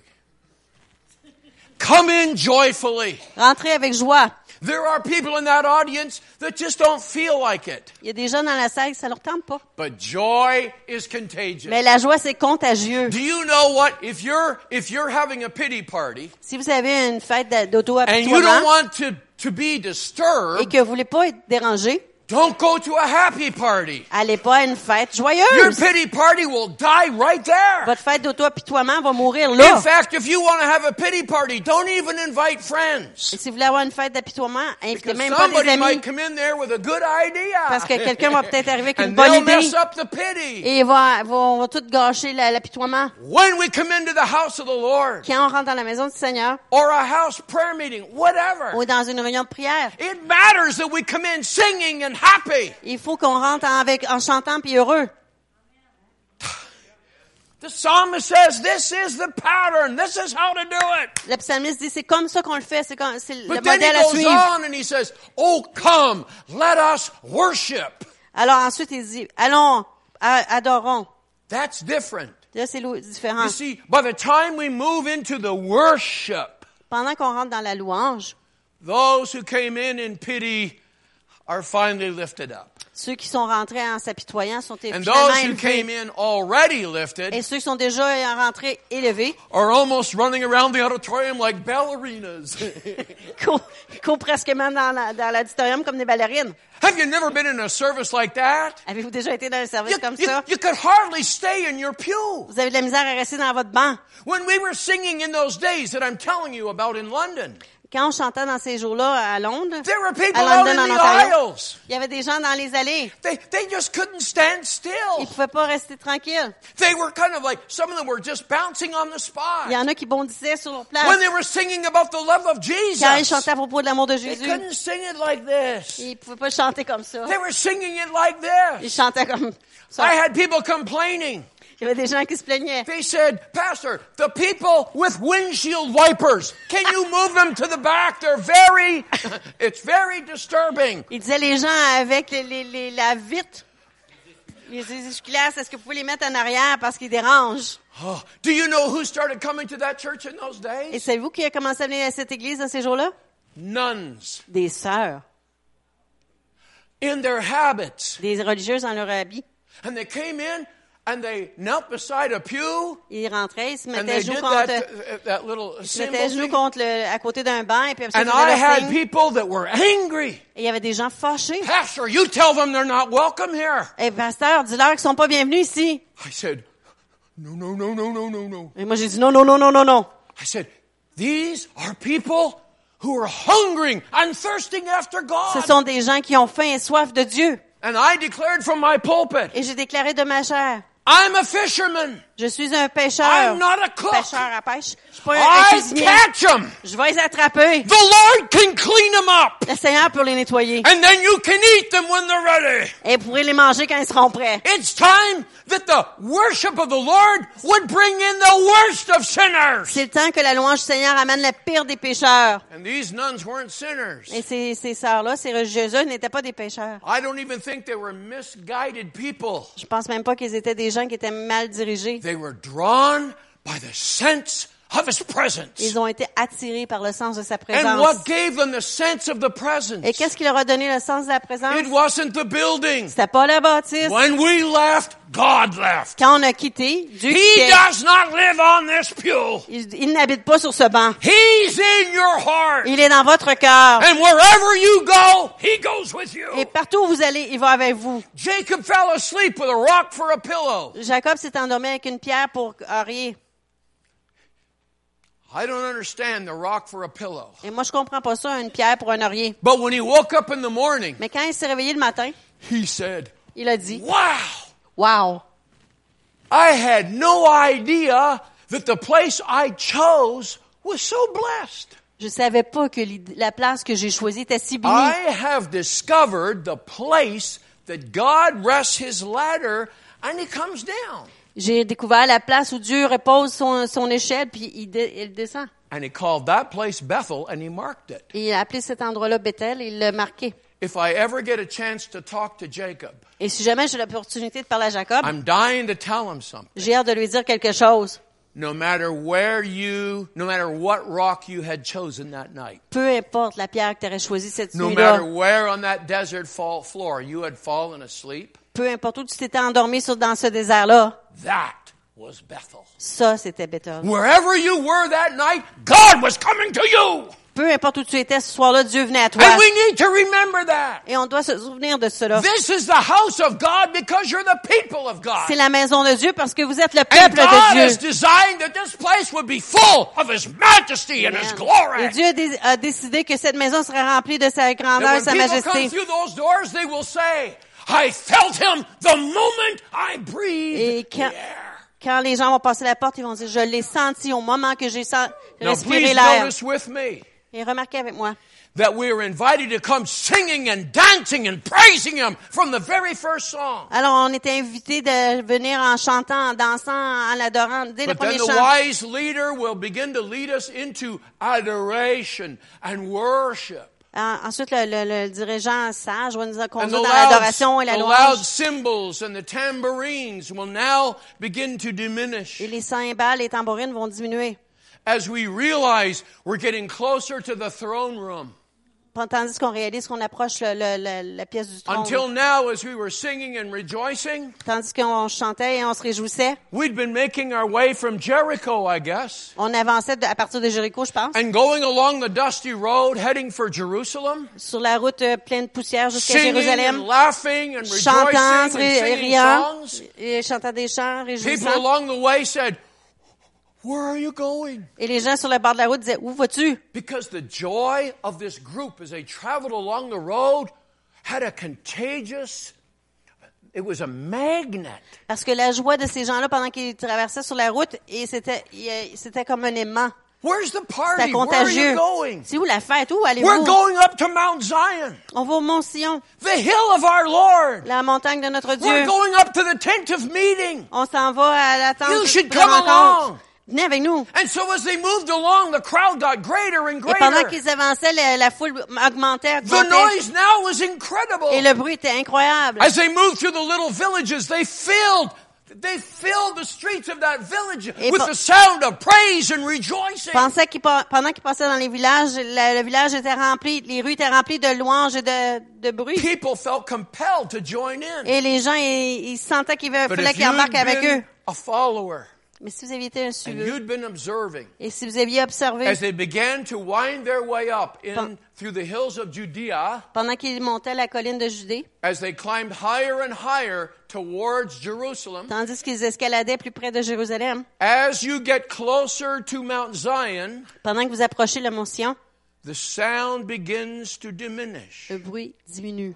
Come in joyfully.
Rentrez avec joie.
There are people in that audience that just don't feel like it.
Il y a des gens dans la salle que ça leur tente pas.
But joy is contagious.
Mais la joie, c'est contagieux.
Do you know what? If you're if you're having a pity party
Si vous avez une fête d'a- dauto
and you don't
apitoiement
want to, to be
et
disturbed,
que vous voulez pas être dérangé,
don't go to a happy party.
allez pas à une fête
Your
joyeuse.
pity party will die right there.
Votre fête d'auto-apitoiement va mourir là.
In fact, if you want to have a pity party, don't even invite friends.
Et si vous voulez avoir une fête d'apitoiement, invitez
Because
même pas des
somebody
amis
might come in there with a good idea.
parce que quelqu'un va peut-être arriver avec une
and
bonne
they'll
idée
mess up the pity.
et va, va- on va tout gâcher la- l'apitoiement.
When we come into the house of the Lord
Quand on rentre dans la maison du Seigneur
or a house prayer meeting,
ou
whatever,
dans une réunion de prière,
it matters that we come in singing and happy.
il faut qu'on rentre en, avec, en chantant puis heureux.
The psalmist says, This is the pattern. This is how to do it.
Le psalmiste dit, c'est comme ça qu'on le fait, c'est comme- c'est le
But then he
modèle à
goes
suivre.
on and he says, Oh, come, let us worship.
Alors ensuite, il dit, allons, a- adorons.
That's different.
Là, c'est l'au- différent.
You see, by the time we move into the worship,
Pendant qu'on rentre dans la louange,
those who came in in pity are finally lifted up.
ceux qui sont rentrés en s'apitoyant sont é-
And
finalement
those who came
élevés.
in already
Et
lifted
ceux qui sont déjà rentrés élevés
are almost running around the auditorium like ballerinas.
cou- courent pratiquement dans la- dans l'auditorium comme des ballerines.
Have you never been in a service like that?
Avez-vous déjà été dans un service
You,
comme
you-
ça?
you could hardly stay in your pew.
Vous avez de la misère à rester dans votre banc.
When we were singing in those days that I'm telling you about in London,
Quand on chantait dans ces jours-là à Londres,
there were people
à
out in
London, en
the
Ontario,
aisles.
il y avait des gens dans les allées.
They, they just couldn't stand
Ils
still.
pouvaient pas rester tranquilles.
They were kind of like, some of them were just bouncing on
Il y
the spot.
en a qui bondissaient sur leur
When
place
they were singing about the love of
quand ils
Jesus,
chantaient à propos de l'amour de
they
Jésus.
couldn't sing it like this.
Ils pouvaient pas chanter comme ça.
They were singing it like
Ils
this.
chantaient comme ça.
I had people complaining.
Il y avait des gens qui se plaignaient.
They said, Pastor, the people with windshield wipers, can you move them to the back? They're very, it's very disturbing.
Ils disaient les gens avec les, les- les- la vitre, les éjaculaires, est-ce que vous pouvez les mettre en arrière parce qu'ils dérangent?
Oh, do you know who started coming to that church in those
Et
days?
savez-vous qui a commencé à venir à cette église dans ces jours-là?
Nuns.
Des sœurs,
In their habits.
des religieuses dans leur habit.
And they came in and they knelt beside a pew
Ils rentraient, ils se
and
mettaient
they
genoux
did
contre,
that, uh, that little
ils se mettaient
symbol
genoux
thing.
contre le, à côté d'un banc et puis après ça, ils
And I
faisaient leur
had
signe.
people that were angry.
Et il y avait des gens fâchés.
Pastor, you tell them they're not welcome here.
Eh, pasteur, dis-leur qu'ils sont pas bienvenus ici.
I said, no, no, no, no, no, no, no.
Et moi, j'ai dit non, non, non, non, non, non.
I said, These are people who are hungering and thirsting after
Ce
God.
sont des gens qui ont faim et soif de Dieu.
And I declared from my pulpit,
Et j'ai déclaré de ma chair,
I'm a fisherman.
je suis un pêcheur.
I'm not a cook.
pêcheur à pêche. Je suis pas un- un
I
cuisinier.
catch them.
Je vais les attraper.
The Lord can clean them up.
Le Seigneur pour les nettoyer.
And then you can eat them when they're ready.
Et pourrez les manger quand ils seront prêts.
It's time that the worship of the Lord would bring in the worst of sinners.
C'est le temps que la louange du Seigneur amène le pire des pécheurs.
And these nuns weren't sinners.
Et ces, ces sœurs-là, ces religieuses-là, n'étaient pas des pécheurs.
I don't even think they were misguided people.
Je pense même pas qu'ils étaient des gens qui étaient mal dirigés.
They were drawn by the sense of his presence.
Ils ont été attirés par le sens de sa
And what
présence.
gave them the sense of the
Et
presence?
qu'est-ce qui leur a donné le sens de la présence?
It wasn't the building.
C'était pas la bâtisse.
When we left, God left.
Quand on a quitté, Dieu
He
quittait.
does not live on this pew.
Il, il n'habite pas sur ce banc.
He's in your heart.
Il est dans votre cœur.
And wherever you go, he goes with
Et
you.
partout où vous allez, il va avec vous.
Jacob fell asleep with a rock for a pillow.
Jacob s'est endormi avec une pierre pour oreiller.
I don't understand the rock for a pillow.
Et moi, je comprends pas ça, une pierre pour un oreiller.
But when he woke up in the morning,
Mais quand il s'est réveillé le matin,
he said,
il a dit,
Wow,
wow,
I had no idea that the place I chose was so blessed.
je savais pas que l'id- la place que j'ai choisie était si
I
bénie.
have discovered the place that God rests his ladder and he comes down.
J'ai découvert la place où Dieu repose son, son échelle, puis il, dé- il descend.
And he called that place Bethel and he marked it.
Et il a appelé cet endroit-là Bethel, et il l'a marqué.
If I ever get a chance to talk to Jacob,
Et si jamais j'ai l'opportunité de parler à Jacob,
I'm dying to tell him something.
j'ai hâte de lui dire quelque chose.
No matter where you, no matter what rock you had chosen that night,
Peu importe la pierre que tu aurais choisie cette
no
nuit-là,
matter where on that desert fall floor you had fallen asleep,
peu importe où tu t'étais endormi sur, dans ce désert-là,
that was Bethel.
ça, c'était Bethel.
Wherever you were that night, God was coming to you.
Peu importe où tu étais ce soir-là, Dieu venait à toi.
And we need to remember that.
Et on doit se souvenir de cela.
This is the house of God because you're the people of God.
C'est la maison de Dieu parce que vous êtes le
And
peuple
God
de
has
Dieu.
designed that this place would be full of His majesty and His glory.
Et Dieu a, dé- a décidé que cette maison serait remplie de sa grandeur et
And
sa
when people come
majesté.
through those doors, they will say, I felt Him the moment I
Et
breathed
quand,
the air.
quand les gens vont passer la porte, ils vont dire, je l'ai senti au moment que j'ai sen-
Now,
respiré
please
l'air.
notice with me.
Et remarquez avec moi
that we were invited to come singing and dancing and praising Him from the very first song.
Alors, on était invités de venir en chantant, en dansant, en l'adorant, dès le
But then
premier
the
chant.
wise leader will begin to lead us into adoration and worship.
En- Ensuite, le, le- le dirigeant sage va nous
And
conduire dans
the loud,
l'adoration et la
the loud
louange.
cymbals and the tambourines will now begin to diminish
Et les cymbales, les tambourines vont diminuer.
as we realize we're getting closer to the throne room.
Tandis qu'on réalise qu'on approche le- le- le- la pièce du trône.
Until now, as we were singing and rejoicing,
Tandis qu'on chantait et on se réjouissait.
we'd been making our way from Jericho, I guess,
On avançait de- à partir de Jéricho, je pense,
and going along the dusty road heading for Jerusalem,
sur la route euh, pleine de poussière jusqu'à
singing and
Jérusalem,
laughing and rejoicing
chantant,
and
se ré- et
singing
riant,
songs.
et chantant des chants,
People
réjouissant.
along the way said, Where are you going?
Et les gens sur le bord de la route disaient, où vas-tu?
Because the joy of this group as they traveled along the road had a contagious, it was a magnet.
Parce que la joie de ces gens-là pendant qu'ils traversaient sur la route, et c'était, il y a- c'était comme un aimant.
Where's the
C'était
party? Where are you
contagieux.
going?
C'est où la fête? Où
We're
allez-vous?
going up to Mount Zion,
On va au Mont Sion,
the hill of our Lord.
la montagne de notre
We're
Dieu.
going up to the tent of meeting.
On s'en va à la tente
You should
de
come along.
rencontre. Venez avec nous.
And so as they moved along, the crowd got greater and
Et pendant
greater.
qu'ils avançaient, la, la foule augmentait,
The
augmentait.
noise now was incredible.
Et le bruit était incroyable.
As they moved through the little villages, they filled they filled the streets of that village with
pe-
the sound of praise and rejoicing.
Pensait qu'il pa- pendant qu'ils passaient dans les villages, la- le village était rempli, les rues étaient remplies de louanges et de, de bruit.
People felt compelled to join in.
Et les gens, ils, ils sentaient qu'il
But
fallait
if
qu'ils
you'd
embarquent avec eux.
been a follower
Mais si vous aviez été un
and
suiveur,
you'd been observing
et si vous aviez observé,
as they began to wind their way up in
Pen-
through the hills of Judea,
pendant qu'ils montaient la colline de Judée,
as they climbed higher and higher towards Jerusalem,
tandis qu'ils escaladaient plus près de Jérusalem,
as you get closer to Mount Zion,
pendant que vous approchez le Mont Sion,
the sound begins to diminish.
le bruit diminue.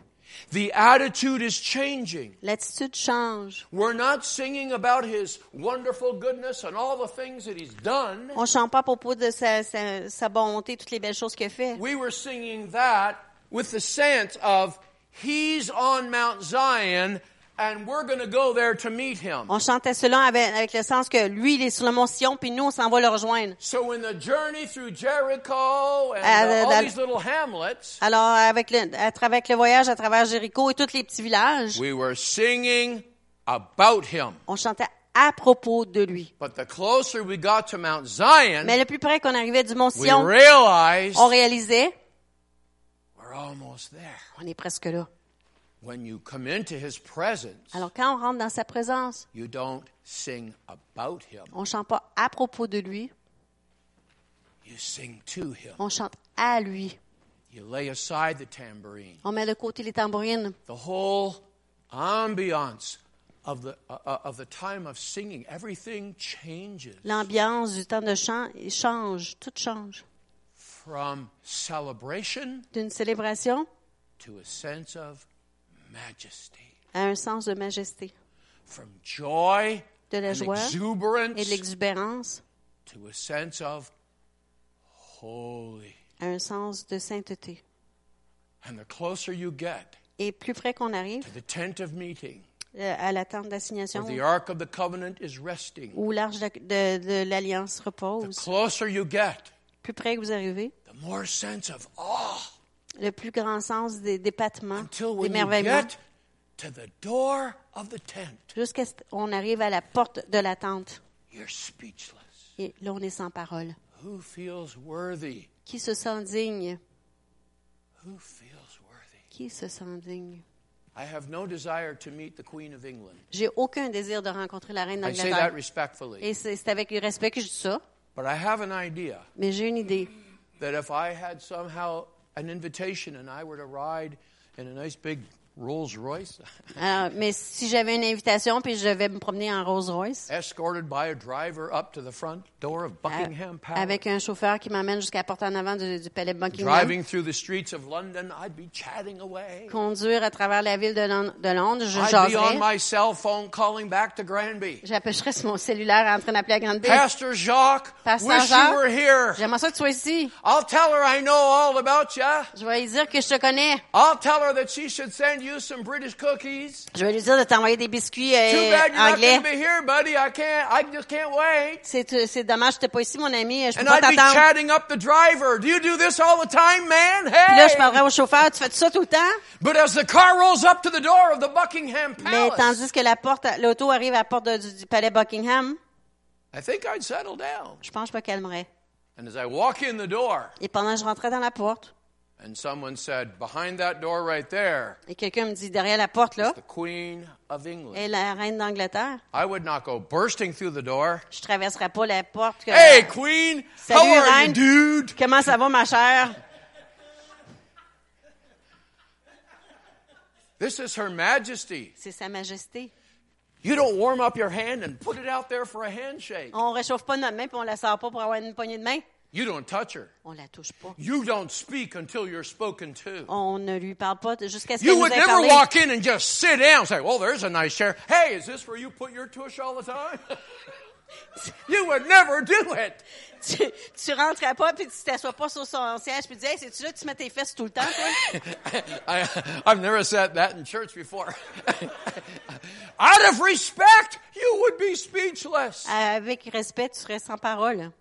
The attitude is changing.
L'attitude change.
We're not singing about his wonderful goodness and all the things that he's done.
On chante pas à propos de sa, sa, sa bonté, toutes les belles choses qu'il a fait.
We were singing that with the sense of he's on Mount Zion and we're going to go there to meet him.
On chantait cela avec, avec le sens que lui, il est sur le Mont Sion, puis nous, on s'en va le rejoindre.
So in the journey through Jericho and
Ah,
uh,
the-
all
the-
these little hamlets,
Alors, avec le, à travers le voyage à travers Jéricho et tous les petits villages,
we were singing about him.
on chantait à propos de lui.
But the closer we got to Mount Zion,
Mais le plus près qu'on arrivait du Mont
we
Sion,
realized
on réalisait,
we're almost there.
on est presque là.
When you come into his presence,
Alors, quand on rentre dans sa présence,
You don't sing about him,
on chante pas à propos de lui,
you sing to him.
on chante à lui.
You lay aside the tambourine.
On met de côté les tambourines.
The whole ambiance of the, uh, uh, of the time of singing, everything changes
L'ambiance du temps de chant il change, tout change.
from celebration
D'une célébration
to a sense of majesty,
à un sens de majesté,
from joy
de la
and
joie et de
exuberance
l'exubérance
to a sense of holy.
à un sens de sainteté.
And the closer you get
Et plus près qu'on arrive
to the tent of meeting,
euh, à la tente
where
d'assignation,
the ark of the covenant is resting.
où l'arche de, de- de l'Alliance
The
repose,
closer you get,
plus près que vous arrivez,
the more sense of awe
le plus grand sens des dépattements,
until
des
when you
merveillements,
get to the door of the tent,
jusqu'à ce qu'on arrive à la porte de la tente.
you're speechless.
Et là, on est sans parole.
Who feels worthy?
Qui se sent digne?
Who feels worthy?
Qui se sent digne?
I have no desire to meet the Queen of England.
J'ai aucun désir de rencontrer la reine
I say that
d'Angleterre.
respectfully.
Et c'est c'est avec le respect que je dis ça,
But I have an idea
mais j'ai une idée.
that if I had somehow an invitation and I were to ride in a nice big Rolls Royce,
Alors, Euh, mais si j'avais une invitation puis je vais me promener en Rolls Royce
escorted by a driver up to the front door of Buckingham Palace.
euh, avec un chauffeur qui m'amène jusqu'à la porte en avant du, du palais de Buckingham,
Driving through the streets of London, I'd be chatting away.
conduire à travers la ville de, Lon- de Londres, je
I'd be on
jaserais,
my cell phone calling back to Granby.
j'appellerais sur mon cellulaire en train d'appeler à Grande Bay.
Pastor Jacques,
Pasteur
wish
Jacques,
you were here.
J'aimerais ça que tu sois ici.
I'll tell her I know all about ya.
Je vais lui dire que je te connais.
I'll tell her that she should send you some British cookies.
Je vais lui dire de t'envoyer des biscuits euh,
Too bad you're not
anglais.
going to be here, buddy. I can't. I just can't wait.
C'est euh, c'est dommage, t'es pas ici, mon ami. Je peux
And
pas
I'd be
t'attendre.
chatting up the driver. Do you do this all the time, man?
Puis
Hey!
là, je parlerai au chauffeur. Tu fais ça tout le temps?
But as the car rolls up to the door of the Buckingham
Mais
Palace,
tandis que la porte, l'auto arrive à la porte de- du, du palais Buckingham,
I think I'd settle down.
je pense que je me calmerais.
And as I walk in the door,
Et pendant que je rentrais dans la porte,
and someone said, "Behind that door, right there,
et quelqu'un me dit derrière la porte, là,
the Queen of England."
est la reine d'Angleterre.
I would not go bursting through the door.
Je traverserai pas la porte. que-
Hey, Queen, how
Salut,
are you,
Reine.
dude?
Comment ça va, ma chère?
This is Her Majesty.
C'est Sa Majesté.
You don't warm up your hand and put it out there for a handshake.
On réchauffe pas notre main puis on la sort pas pour avoir une poignée de main.
You don't touch her.
On la touche pas.
You don't speak until you're spoken to.
On ne lui parle pas jusqu'à ce qu'elle
You
nous
would
ait
never
parlé.
walk in and just sit down and say, Well, there's a nice chair. Hey, is this where you put your tush all the time? you would never do it.
tu, tu rentrais pas puis tu t'assois pas sur son siège puis tu dis hey, c'est-tu là que tu mets tes fesses tout le temps toi
I, I've never said that in church before. Out of respect, you would be speechless.
Avec respect, tu serais sans parole.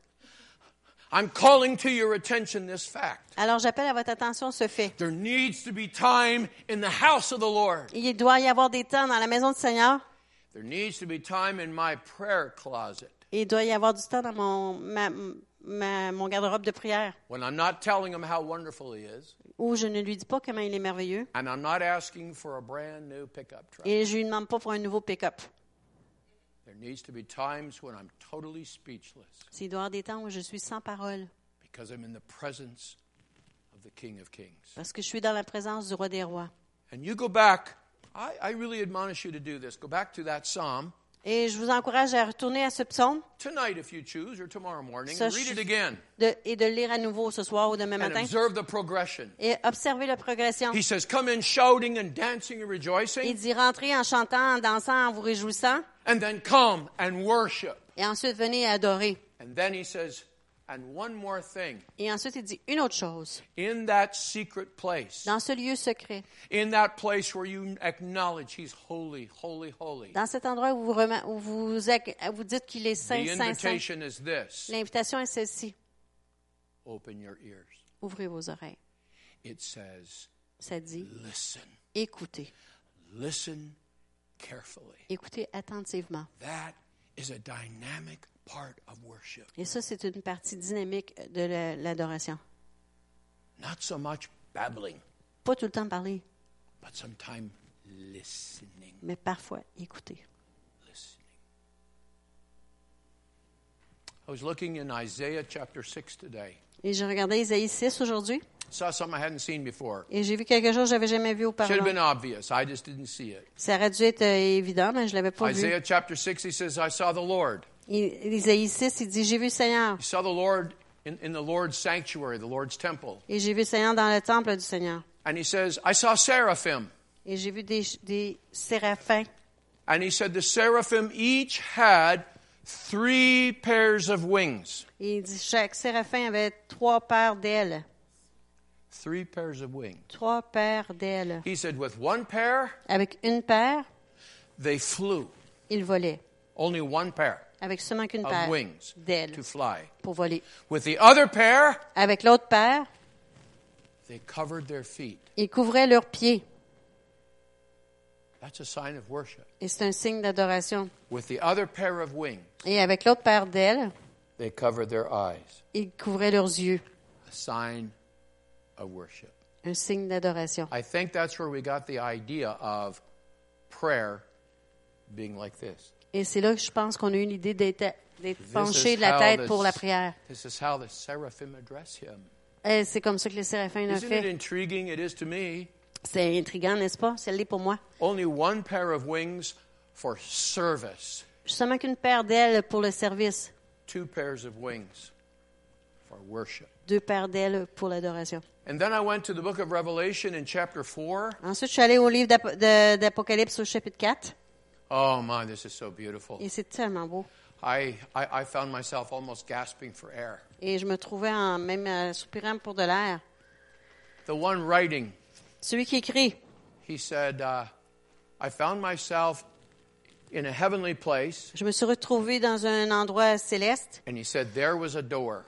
I'm calling to your attention this fact.
Alors j'appelle à votre attention ce fait.
There needs to be time in the house of the Lord.
Il doit y avoir des temps dans la maison du Seigneur
There needs to be time in my prayer closet
et il doit y avoir du temps dans mon ma- ma- mon garde-robe de prière
when I'm not telling him how wonderful he is
où je ne lui dis pas comment il est merveilleux
and I'm not asking for a brand new pickup truck.
et je lui demande pas pour un nouveau pick-up.
There needs to be times when I'm totally speechless
Il doit y avoir des temps où je suis sans parole
because I'm in the presence of the King of Kings.
parce que je suis dans la présence du roi des rois.
And you go back, I, I really admonish you to do this. Go back to that psalm
Et je vous encourage à retourner à ce psaume
tonight if you choose or tomorrow morning.
Ça,
Read
je-
it again
de- et de le lire à nouveau ce soir ou demain
and
matin.
observe the progression.
et observez la progression.
He says, Come in shouting and dancing and
Il
rejoicing,
dit rentrez en chantant, en dansant, en vous réjouissant,
and then come and worship.
et ensuite venez adorer.
And then he says, and one more thing.
Et ensuite il dit une autre chose,
In that secret place,
dans ce lieu secret,
in that place where you acknowledge he's holy, holy, holy,
dans cet endroit où vous, rema- où vous, ac- vous dites qu'il est saint,
the
saint, saint.
invitation is this
L'invitation est celle-ci.
open your ears.
Ouvrez vos oreilles.
It says,
Ça dit
listen,
écoutez,
listen carefully.
écoutez attentivement.
That is a dynamic part of worship.
Et ça, c'est une partie dynamique de la- l'adoration.
Not so much babbling,
Pas tout le temps parler,
but sometimes listening.
mais parfois écouter.
Listening. I was looking in Isaiah chapter 6 today.
Et j'ai regardé Isaïe 6 aujourd'hui,
Saw something I hadn't seen before.
et j'ai vu quelque chose que j'avais jamais vu
Should have been
auparavant.
obvious. I just didn't see it.
Ça aurait dû être euh, évident, mais je l'avais pas vu.
Isaiah chapter 6, he says, I saw the Lord.
Il- Isaïe 6, il dit, j'ai vu le Seigneur.
He saw the Lord in, in the Lord's sanctuary, the Lord's temple.
Et j'ai vu le Seigneur dans le temple du Seigneur.
And he says, I saw seraphim.
Et j'ai vu des, des séraphins.
And he said, the seraphim each had three pairs of wings.
Et il dit, chaque séraphin avait trois paires d'ailes.
Three pairs of wings.
Trois paires d'ailes.
He said, with one pair,
Avec une paire,
they flew.
il volait.
Only one pair
Avec seulement qu'une
of
paire
wings
d'ailes
to fly.
pour voler.
With the other pair,
Avec l'autre paire,
they covered their feet.
ils couvraient leurs pieds.
That's a sign of worship.
Et c'est un signe d'adoration.
With the other pair of wings,
Et avec l'autre paire d'ailes,
they covered their eyes.
ils couvraient leurs yeux.
A sign of worship.
Un signe d'adoration.
I think that's where we got the idea of prayer being like this.
Et c'est là que je pense qu'on a eu l'idée d'être d'être
This
penché
is
de la
how
tête
the-
pour la prière.
This is how the seraphim address him.
Eh, C'est comme ça que les séraphins l'ont
Isn't it
fait.
intriguing? It is to me.
C'est intriguant, n'est-ce pas? Celle-là pour moi.
Only one pair of wings for service,
Seulement qu'une paire d'ailes pour le service,
two pairs of wings for worship.
deux paires d'ailes pour l'adoration.
And then I went to the book of Revelation in chapter 4.
Ensuite, je suis allée au livre d'Ap- de- d'Apocalypse au chapitre 4
Oh my, this is so beautiful.
et c'est tellement beau.
I, I, I found myself almost gasping for air.
Et je me trouvais en même euh, soupirant pour de l'air.
The one writing,
Celui qui écrit,
he said, uh, I found myself in a heavenly place,
je me suis retrouvée dans un endroit céleste
and he said, There was a door,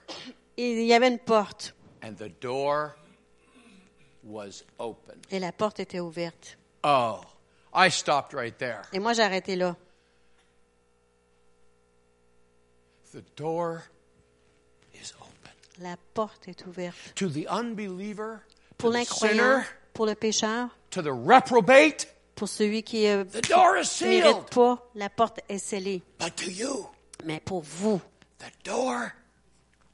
et il y avait une porte
and the door was open.
et la porte était ouverte.
Oh, I stopped right there.
Et moi, j'ai arrêté là.
The door is open.
La porte est ouverte.
To the unbeliever, to
Pour
the
l'incroyant,
sinner,
pour le pécheur,
to the reprobate,
pour celui qui ne
the door is
mérite
sealed.
pas, la porte est scellée.
But to you,
Mais pour vous,
the door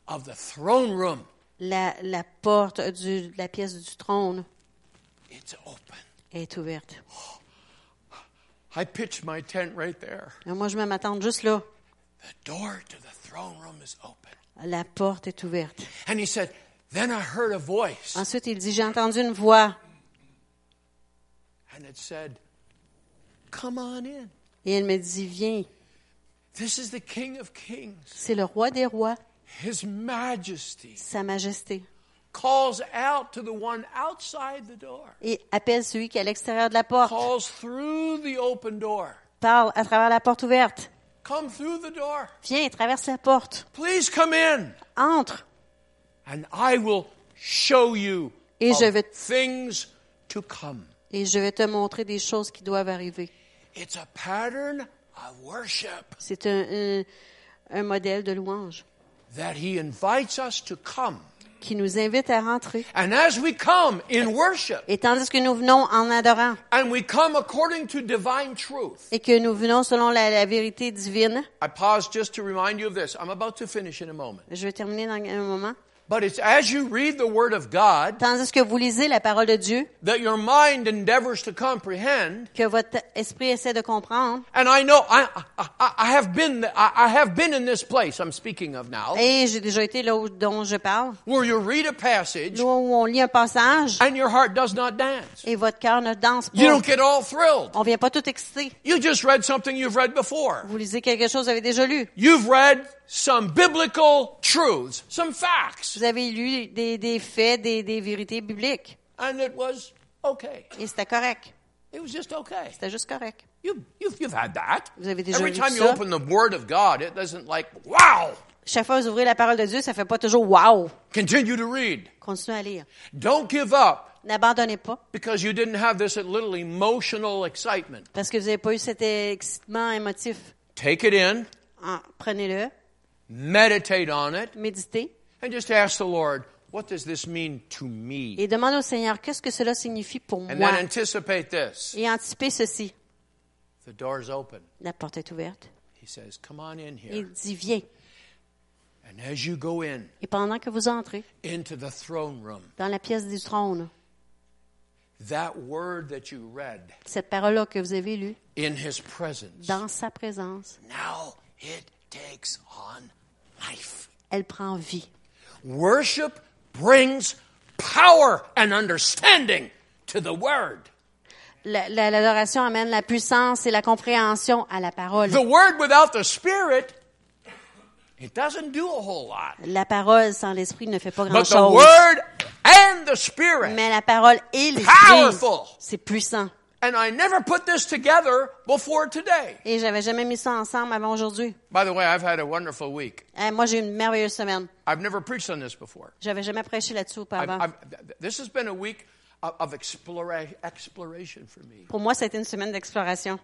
of the throne room,
la, la porte du- de la pièce du trône
it's open.
est ouverte.
I pitched my tent right there.
Alors moi, je vais m'attendre juste là.
The door to the throne room is open.
La porte est ouverte.
And he said, Then I heard a voice,
Ensuite, il dit, j'ai entendu une voix.
and it said, Come on in.
Et elle me dit, viens,
This is the King of Kings.
c'est le roi des rois,
His majesty
sa majesté.
calls out to the one outside the door,
Et appelle celui qui est à l'extérieur de la porte.
calls through the open door.
Parle à travers la porte ouverte.
Come through the door.
Viens, traverse la porte.
Please come in,
Entre.
and I will show you
Et je
of
vais-
things to come.
Et je vais te montrer des choses qui doivent arriver.
It's a pattern of worship
C'est un, un- un modèle de louange
that he invites us to come.
qui nous invite à rentrer.
And as we come in worship,
Et tandis que nous venons en adorant
and we come according to divine truth.
et que nous venons selon la, la vérité divine,
I pause just to remind you of this. I'm about to finish in a moment.
je vais terminer dans un moment,
But it's as you read the Word of God
tandis que vous lisez la parole de Dieu,
that your mind endeavors to comprehend.
que votre esprit essaie de comprendre,
And I know I, I, I- I have been I, I have been in this place I'm speaking of now,
et j'ai déjà été là où, dont je parle,
where you read a passage
là où on lit un passage
and your heart does not dance.
et votre cœur ne danse
You
pas.
don't get all thrilled.
On vient pas tout excité.
You just read something you've read before.
Vous lisez quelque chose que vous avez déjà lu.
You've read some biblical truths, some facts,
Vous avez lu des, des faits, des, des vérités bibliques.
and it was okay.
Et c'était correct.
It was just okay.
C'était juste correct.
You, you've, you've had that.
Vous avez déjà
Every
eu
time you
ça.
open the Word of God, it doesn't like, wow!
Chaque fois que vous ouvrez la parole de Dieu, ça fait pas toujours wow.
Continue to read.
Continuez à lire.
Don't give up
N'abandonnez pas
because you didn't have this little emotional excitement.
parce que vous n'avez pas eu cet excitement émotif.
Take it in,
En- Prenez-le,
meditate on it,
méditez
and just ask the Lord, what does this mean to me?
et demandez au Seigneur qu'est-ce que cela signifie pour moi.
And then anticipate this.
Et anticipez ceci.
The door's open.
La porte est ouverte.
He says, come on in
Et
here.
il dit viens.
And as you go in,
Et pendant que vous entrez
into the throne room,
dans la pièce du trône,
that word that you read
cette parole-là que vous avez lue,
in His presence,
dans sa présence,
now it takes on life.
elle prend vie.
Worship brings power and understanding to the word.
La- la- L'adoration amène la puissance et la compréhension à la parole.
The word without the spirit, it doesn't do a whole lot.
La parole sans l'esprit ne fait pas
But the
grand-chose.
word and the spirit.
Mais la parole et l'esprit,
Powerful.
c'est puissant.
And I never put this together before today.
Et j'avais jamais mis ça ensemble avant aujourd'hui.
By the way, I've had a wonderful week.
Eh, moi, j'ai eu une merveilleuse semaine.
I've never preached on this before.
J'avais jamais prêché là-dessus
I've,
auparavant.
I've, th- th- this has been a week of, of explora- exploration for me.
Pour moi, c'était une semaine d'exploration.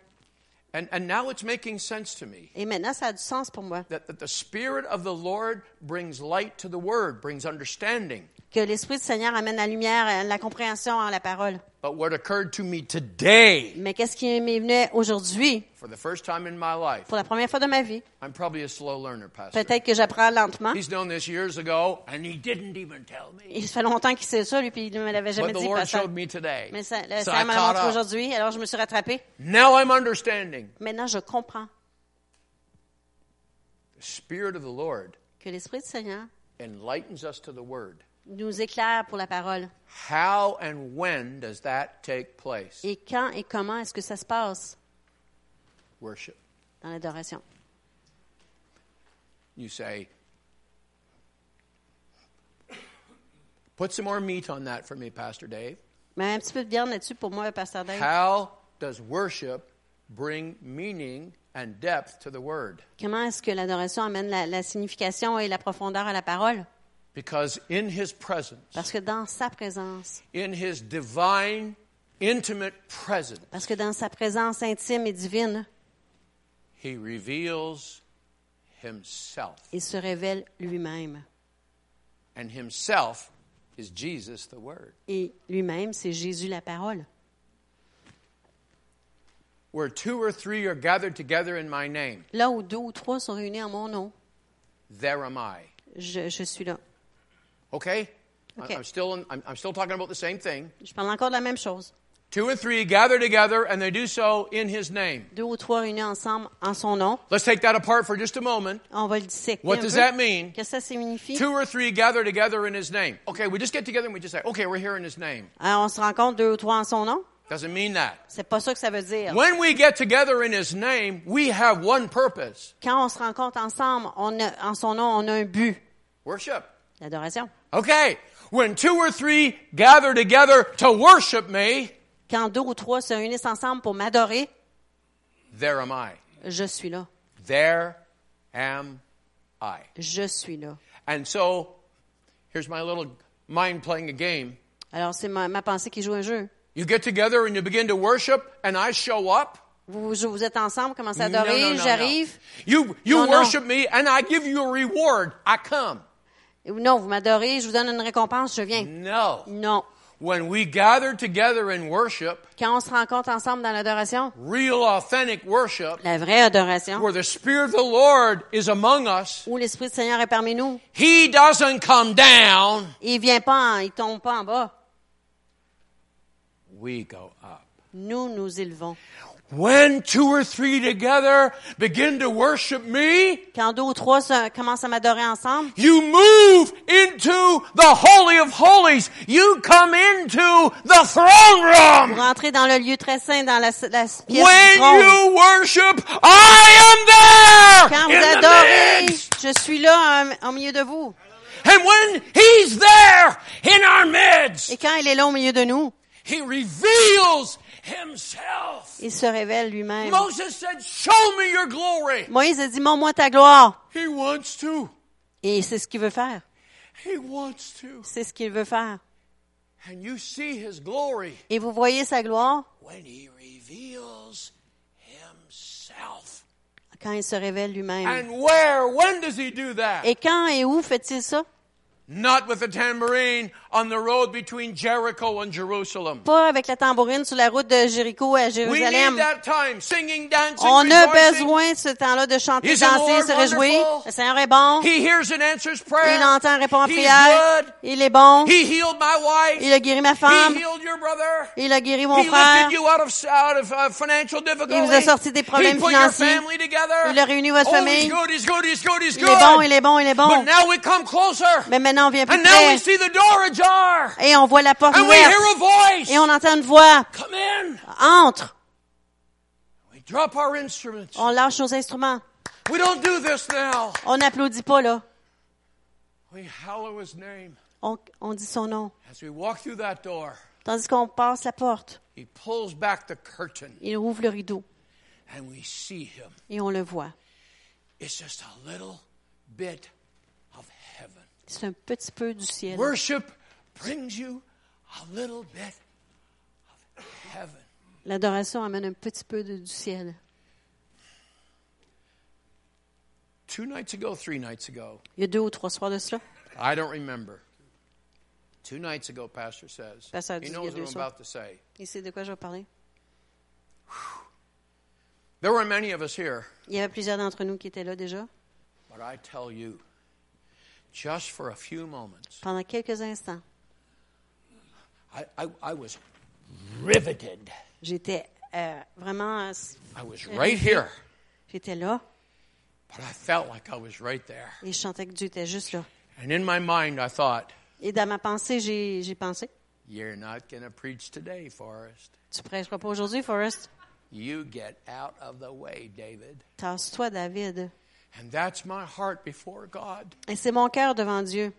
And, and now it's making sense to me.
Et maintenant, ça a du sens pour moi.
that, that the Spirit of the Lord brings light to the Word, brings understanding.
Que l'Esprit du Seigneur amène la lumière, euh, la compréhension à la parole.
But what occurred to me today,
Mais qu'est-ce qui m'est venu aujourd'hui,
for the first time in my life,
pour la première fois de ma vie?
I'm probably a slow learner, Pastor.
Peut-être que j'apprends lentement.
He's known this years ago, and he didn't even tell me.
Il fait longtemps qu'il sait ça, lui, puis il ne me l'avait jamais
But the
dit.
Lord
pasteur.
showed me today.
Mais ça, le
So
Seigneur
I
me l'a
caught
montré
up.
aujourd'hui, alors je me suis rattrapée.
Now I'm understanding.
Maintenant, je comprends
The Spirit of the Lord
que l'Esprit du Seigneur
enlightens us to the Word.
nous éclaire pour la parole.
How and when does that take place?
Et quand et comment est-ce que ça se passe
Worship.
dans l'adoration?
You say, put some more meat on that for me, Pastor Dave.
Mais un petit peu de viande là-dessus pour moi, Pasteur Dave.
How does worship bring meaning and depth to the Word?
Comment est-ce que l'adoration amène la, la signification et la profondeur à la parole?
Because in His presence,
Parce que dans sa présence,
in His divine, intimate presence,
parce que dans sa présence intime et divine,
He reveals Himself.
il se révèle lui-même.
And Himself is Jesus, the Word.
Et lui-même, c'est Jésus la parole.
Where two or three are gathered together in my name,
Là où deux ou trois sont réunis en mon nom,
there am I.
je, je suis là.
Okay? I-
Okay.
I'm, still in, I'm, I'm still talking about the same thing.
Je parle encore de la même chose.
Two or three gather together, and they do so in His name.
Deux ou trois réunis ensemble en son nom.
Let's take that apart for just a moment.
On va le dissecter.
What
un
does
peu.
that mean?
Qu'est-ce que ça signifie? Euh,
Two or three gather together in His name. Okay, we just get together and we just say, okay, we're here in His name.
Alors, on se rencontre deux ou trois en son nom?
Doesn't mean that.
C'est pas ça que ça veut dire.
When we get together in His name, we have one purpose
Quand on se rencontre ensemble, on a- en son nom, on a un but.
worship.
L'adoration.
Okay, when two or three gather together to worship me,
Quand deux ou trois se réunissent ensemble pour m'adorer,
there am I.
je suis là.
There am I.
Je suis là.
And so, here's my little mind playing a game.
Alors, c'est ma, ma pensée qui joue un jeu.
You get together and you begin to worship, and I show up.
Vous, je- vous êtes ensemble, commencez à
No,
adorer,
no, no,
j'arrive.
no. You you
No, no.
worship me, and I give you a reward. I come.
Et Non, vous m'adorez, je vous donne une récompense, je viens.
No.
Non.
When we gather together in worship,
Quand on se rencontre ensemble dans l'adoration,
real authentic worship,
la vraie adoration,
where the Spirit of the Lord is among us,
où l'Esprit du Seigneur est parmi nous,
He doesn't come down.
il vient pas, en- il tombe pas en bas.
We go up.
Nous, nous élevons.
When two or three together begin to worship me,
Quand deux ou trois se- commencent à m'adorer ensemble,
you move into the Holy of Holies. You come into the throne
vous
room.
rentrez dans le lieu très saint, dans la, la pièce du
When
trône.
you worship, I
Quand
am
vous
there in the
adorez,
midst.
je suis là en, au milieu de vous.
And when He's there in our midst,
Et quand il est là au milieu de nous,
He reveals Himself.
il se révèle lui-même.
Moses said, "Show me your glory."
Moïse a dit, montre-moi ta gloire.
He wants to.
Et c'est ce qu'il veut faire.
He wants to.
C'est ce qu'il veut faire.
And you see His glory
Et vous voyez sa gloire
when He reveals Himself.
quand il se révèle lui-même.
And where? When does He do that?
Et quand et où fait-il ça?
Not with the tambourine on the road between Jericho and Jerusalem.
Pas avec la tambourine sur la route de Jéricho à
We need
Jérusalem.
that time, singing, dancing,
On a
rejoicing.
besoin de ce temps-là de chanter,
Is the
danser,
Lord
se réjouir.
wonderful?
Le Seigneur est bon.
He hears and answers prayer.
Il entend, répond à
He's
prière.
good.
Il est bon.
He healed my wife.
Il a guéri ma femme.
He healed your brother.
Il a guéri mon
he
frère.
lifted you out of, out of uh, financial difficulty.
Il vous a sorti des problèmes
he put your
financiers.
family together.
Il a réuni votre
oh,
famille.
He's good, he's good, he's good, he's
Il
good.
est bon, il est bon, il est
But
bon.
now we come closer.
Mais maintenant, on vient plus
And now we
près.
see the door ajar.
Et on voit la porte
And we
ouverte.
hear a voice.
Et on entend une voix.
Come in.
Entre.
We drop our instruments.
On lâche nos instruments.
We don't do this now.
On n'applaudit pas, là.
We hallow his name.
On, on dit son nom.
As we walk through that door,
Tandis qu'on passe la porte,
he pulls back the curtain
il rouvre le rideau
and we see him.
et on le voit.
It's just a little bit of heaven.
C'est un petit peu du ciel.
Worship brings you a little bit of heaven.
L'adoration amène un petit peu de- du ciel.
Two nights ago, three nights ago,
Il y a deux ou trois soirs de cela.
I don't remember. two nights ago, Pastor says.
Pastor a dit
he
il y
knows
a deux
what I'm
soirs.
about to say.
Il sait de quoi je vais parler.
There were many of us here,
Il y avait plusieurs d'entre nous qui étaient là déjà.
but I tell you, just for a few moments,
Pendant quelques instants,
I, I, I was riveted.
j'étais euh, vraiment. euh,
I was
Mhm.
right here,
J'étais là
but I felt like I was right there.
et je sentais que Dieu était juste là.
And in my mind, I thought,
Et dans ma pensée, j'ai j'ai pensé
You're not going to preach today, Forrest.
Tu prêcheras pas aujourd'hui, Forrest
You get out of the way, David.
Tasse-toi, David.
And that's my heart before God.
Et c'est mon cœur devant Dieu.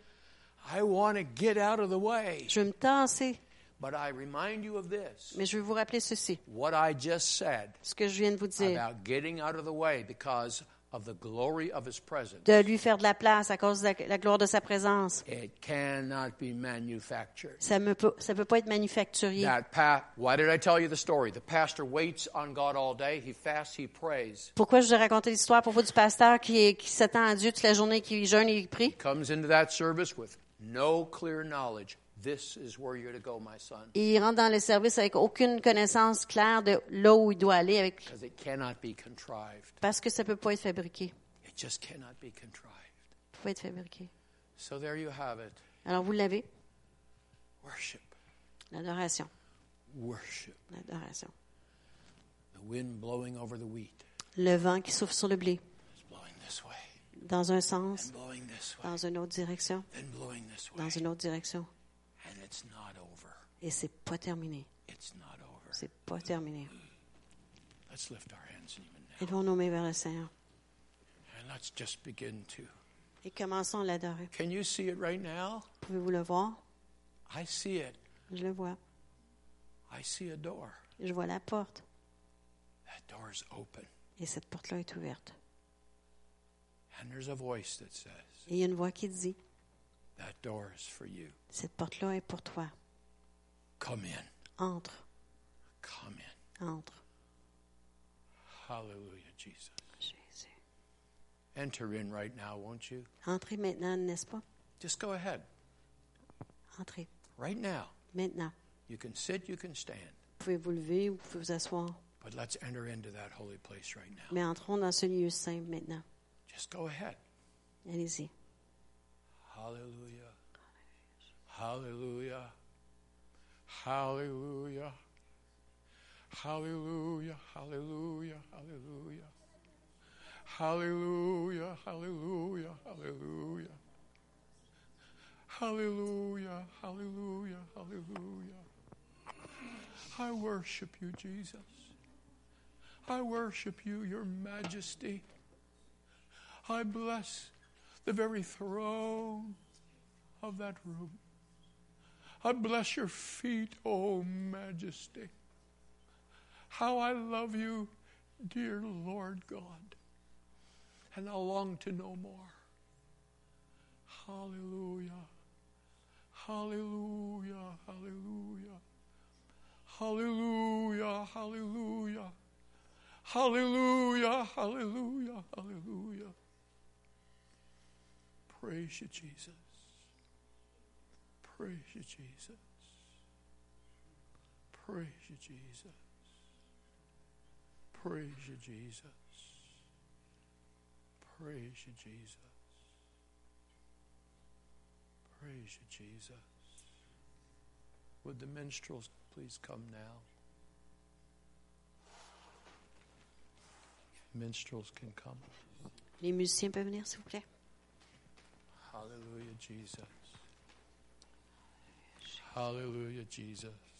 I want to get out of the way.
Je veux me tasser,
But I remind you of this
mais je veux vous rappeler ceci
what I just said
ce que je viens de vous dire,
about getting out of the way because of the glory of his presence.
de lui faire de la place à cause de la, la gloire de sa présence.
It cannot be manufactured.
Ça ne peut, ça peut pas être manufacturier.
That pa- Why did I tell you the story? The pastor waits on God all day. He fasts, he prays.
Pourquoi je vous ai raconté l'histoire à propos du pasteur qui, est- qui s'attend à Dieu toute la journée, qui jeûne et qui prie?
Comes into that service with no clear knowledge. This is where you're to go, my son.
Et il rentre dans le service avec aucune connaissance claire de là où il doit aller, avec,
Because it cannot be contrived.
parce que ça ne peut pas être fabriqué.
It just cannot be contrived.
Ça peut pas être fabriqué.
So there you have it.
Alors vous l'avez,
Worship.
l'adoration,
Worship.
l'adoration.
The wind blowing over the wheat.
Le vent qui souffle sur le blé,
It's blowing this way,
dans un sens,
blowing this way,
dans une autre direction,
then blowing this way.
dans une autre direction.
And it's not over.
Et c'est pas terminé.
It's not over.
C'est pas terminé.
Let's lift our hands even now.
Élevons nos mains vers le Seigneur
And let's just begin to.
et commençons à l'adorer.
Can you see it right now?
Pouvez-vous le voir?
I see it.
Je le vois.
I see a door.
Je vois la porte.
That door's open.
Et cette porte-là est ouverte.
And there's a voice that says,
Et il y a une voix qui dit,
That door is for you.
cette porte-là est pour toi.
Come in.
Entre,
Come in.
entre.
Hallelujah, Jesus.
Jésus.
Enter in right now, won't you?
Entrez maintenant, n'est-ce pas?
Just go ahead.
Entrez
Right now.
maintenant.
You can sit, you can stand.
Vous pouvez vous lever ou vous pouvez vous asseoir.
But let's enter into that holy place right now.
Mais entrons dans ce lieu saint maintenant.
Just go ahead.
Allez-y.
Hallelujah. Hallelujah. Hallelujah. Hallelujah. Hallelujah. Hallelujah. Hallelujah. Hallelujah. Hallelujah. Hallelujah. Hallelujah. Hallelujah. I worship you, Jesus. I worship you, your majesty. I bless the very throne of that room. I bless your feet, O majesty. How I love you, dear Lord God. And I long to know more. Hallelujah. Hallelujah. Hallelujah. Hallelujah. Hallelujah. Hallelujah. Hallelujah. Hallelujah. Praise you, Jesus. Praise you, Jesus. Praise you, Jesus. Praise you, Jesus. Praise you, Jesus. Praise you, Jesus. Would the minstrels please come now? Minstrels can come.
Les musiciens peuvent venir, s'il vous plaît.
Hallelujah, Jesus. Hallelujah, Jesus.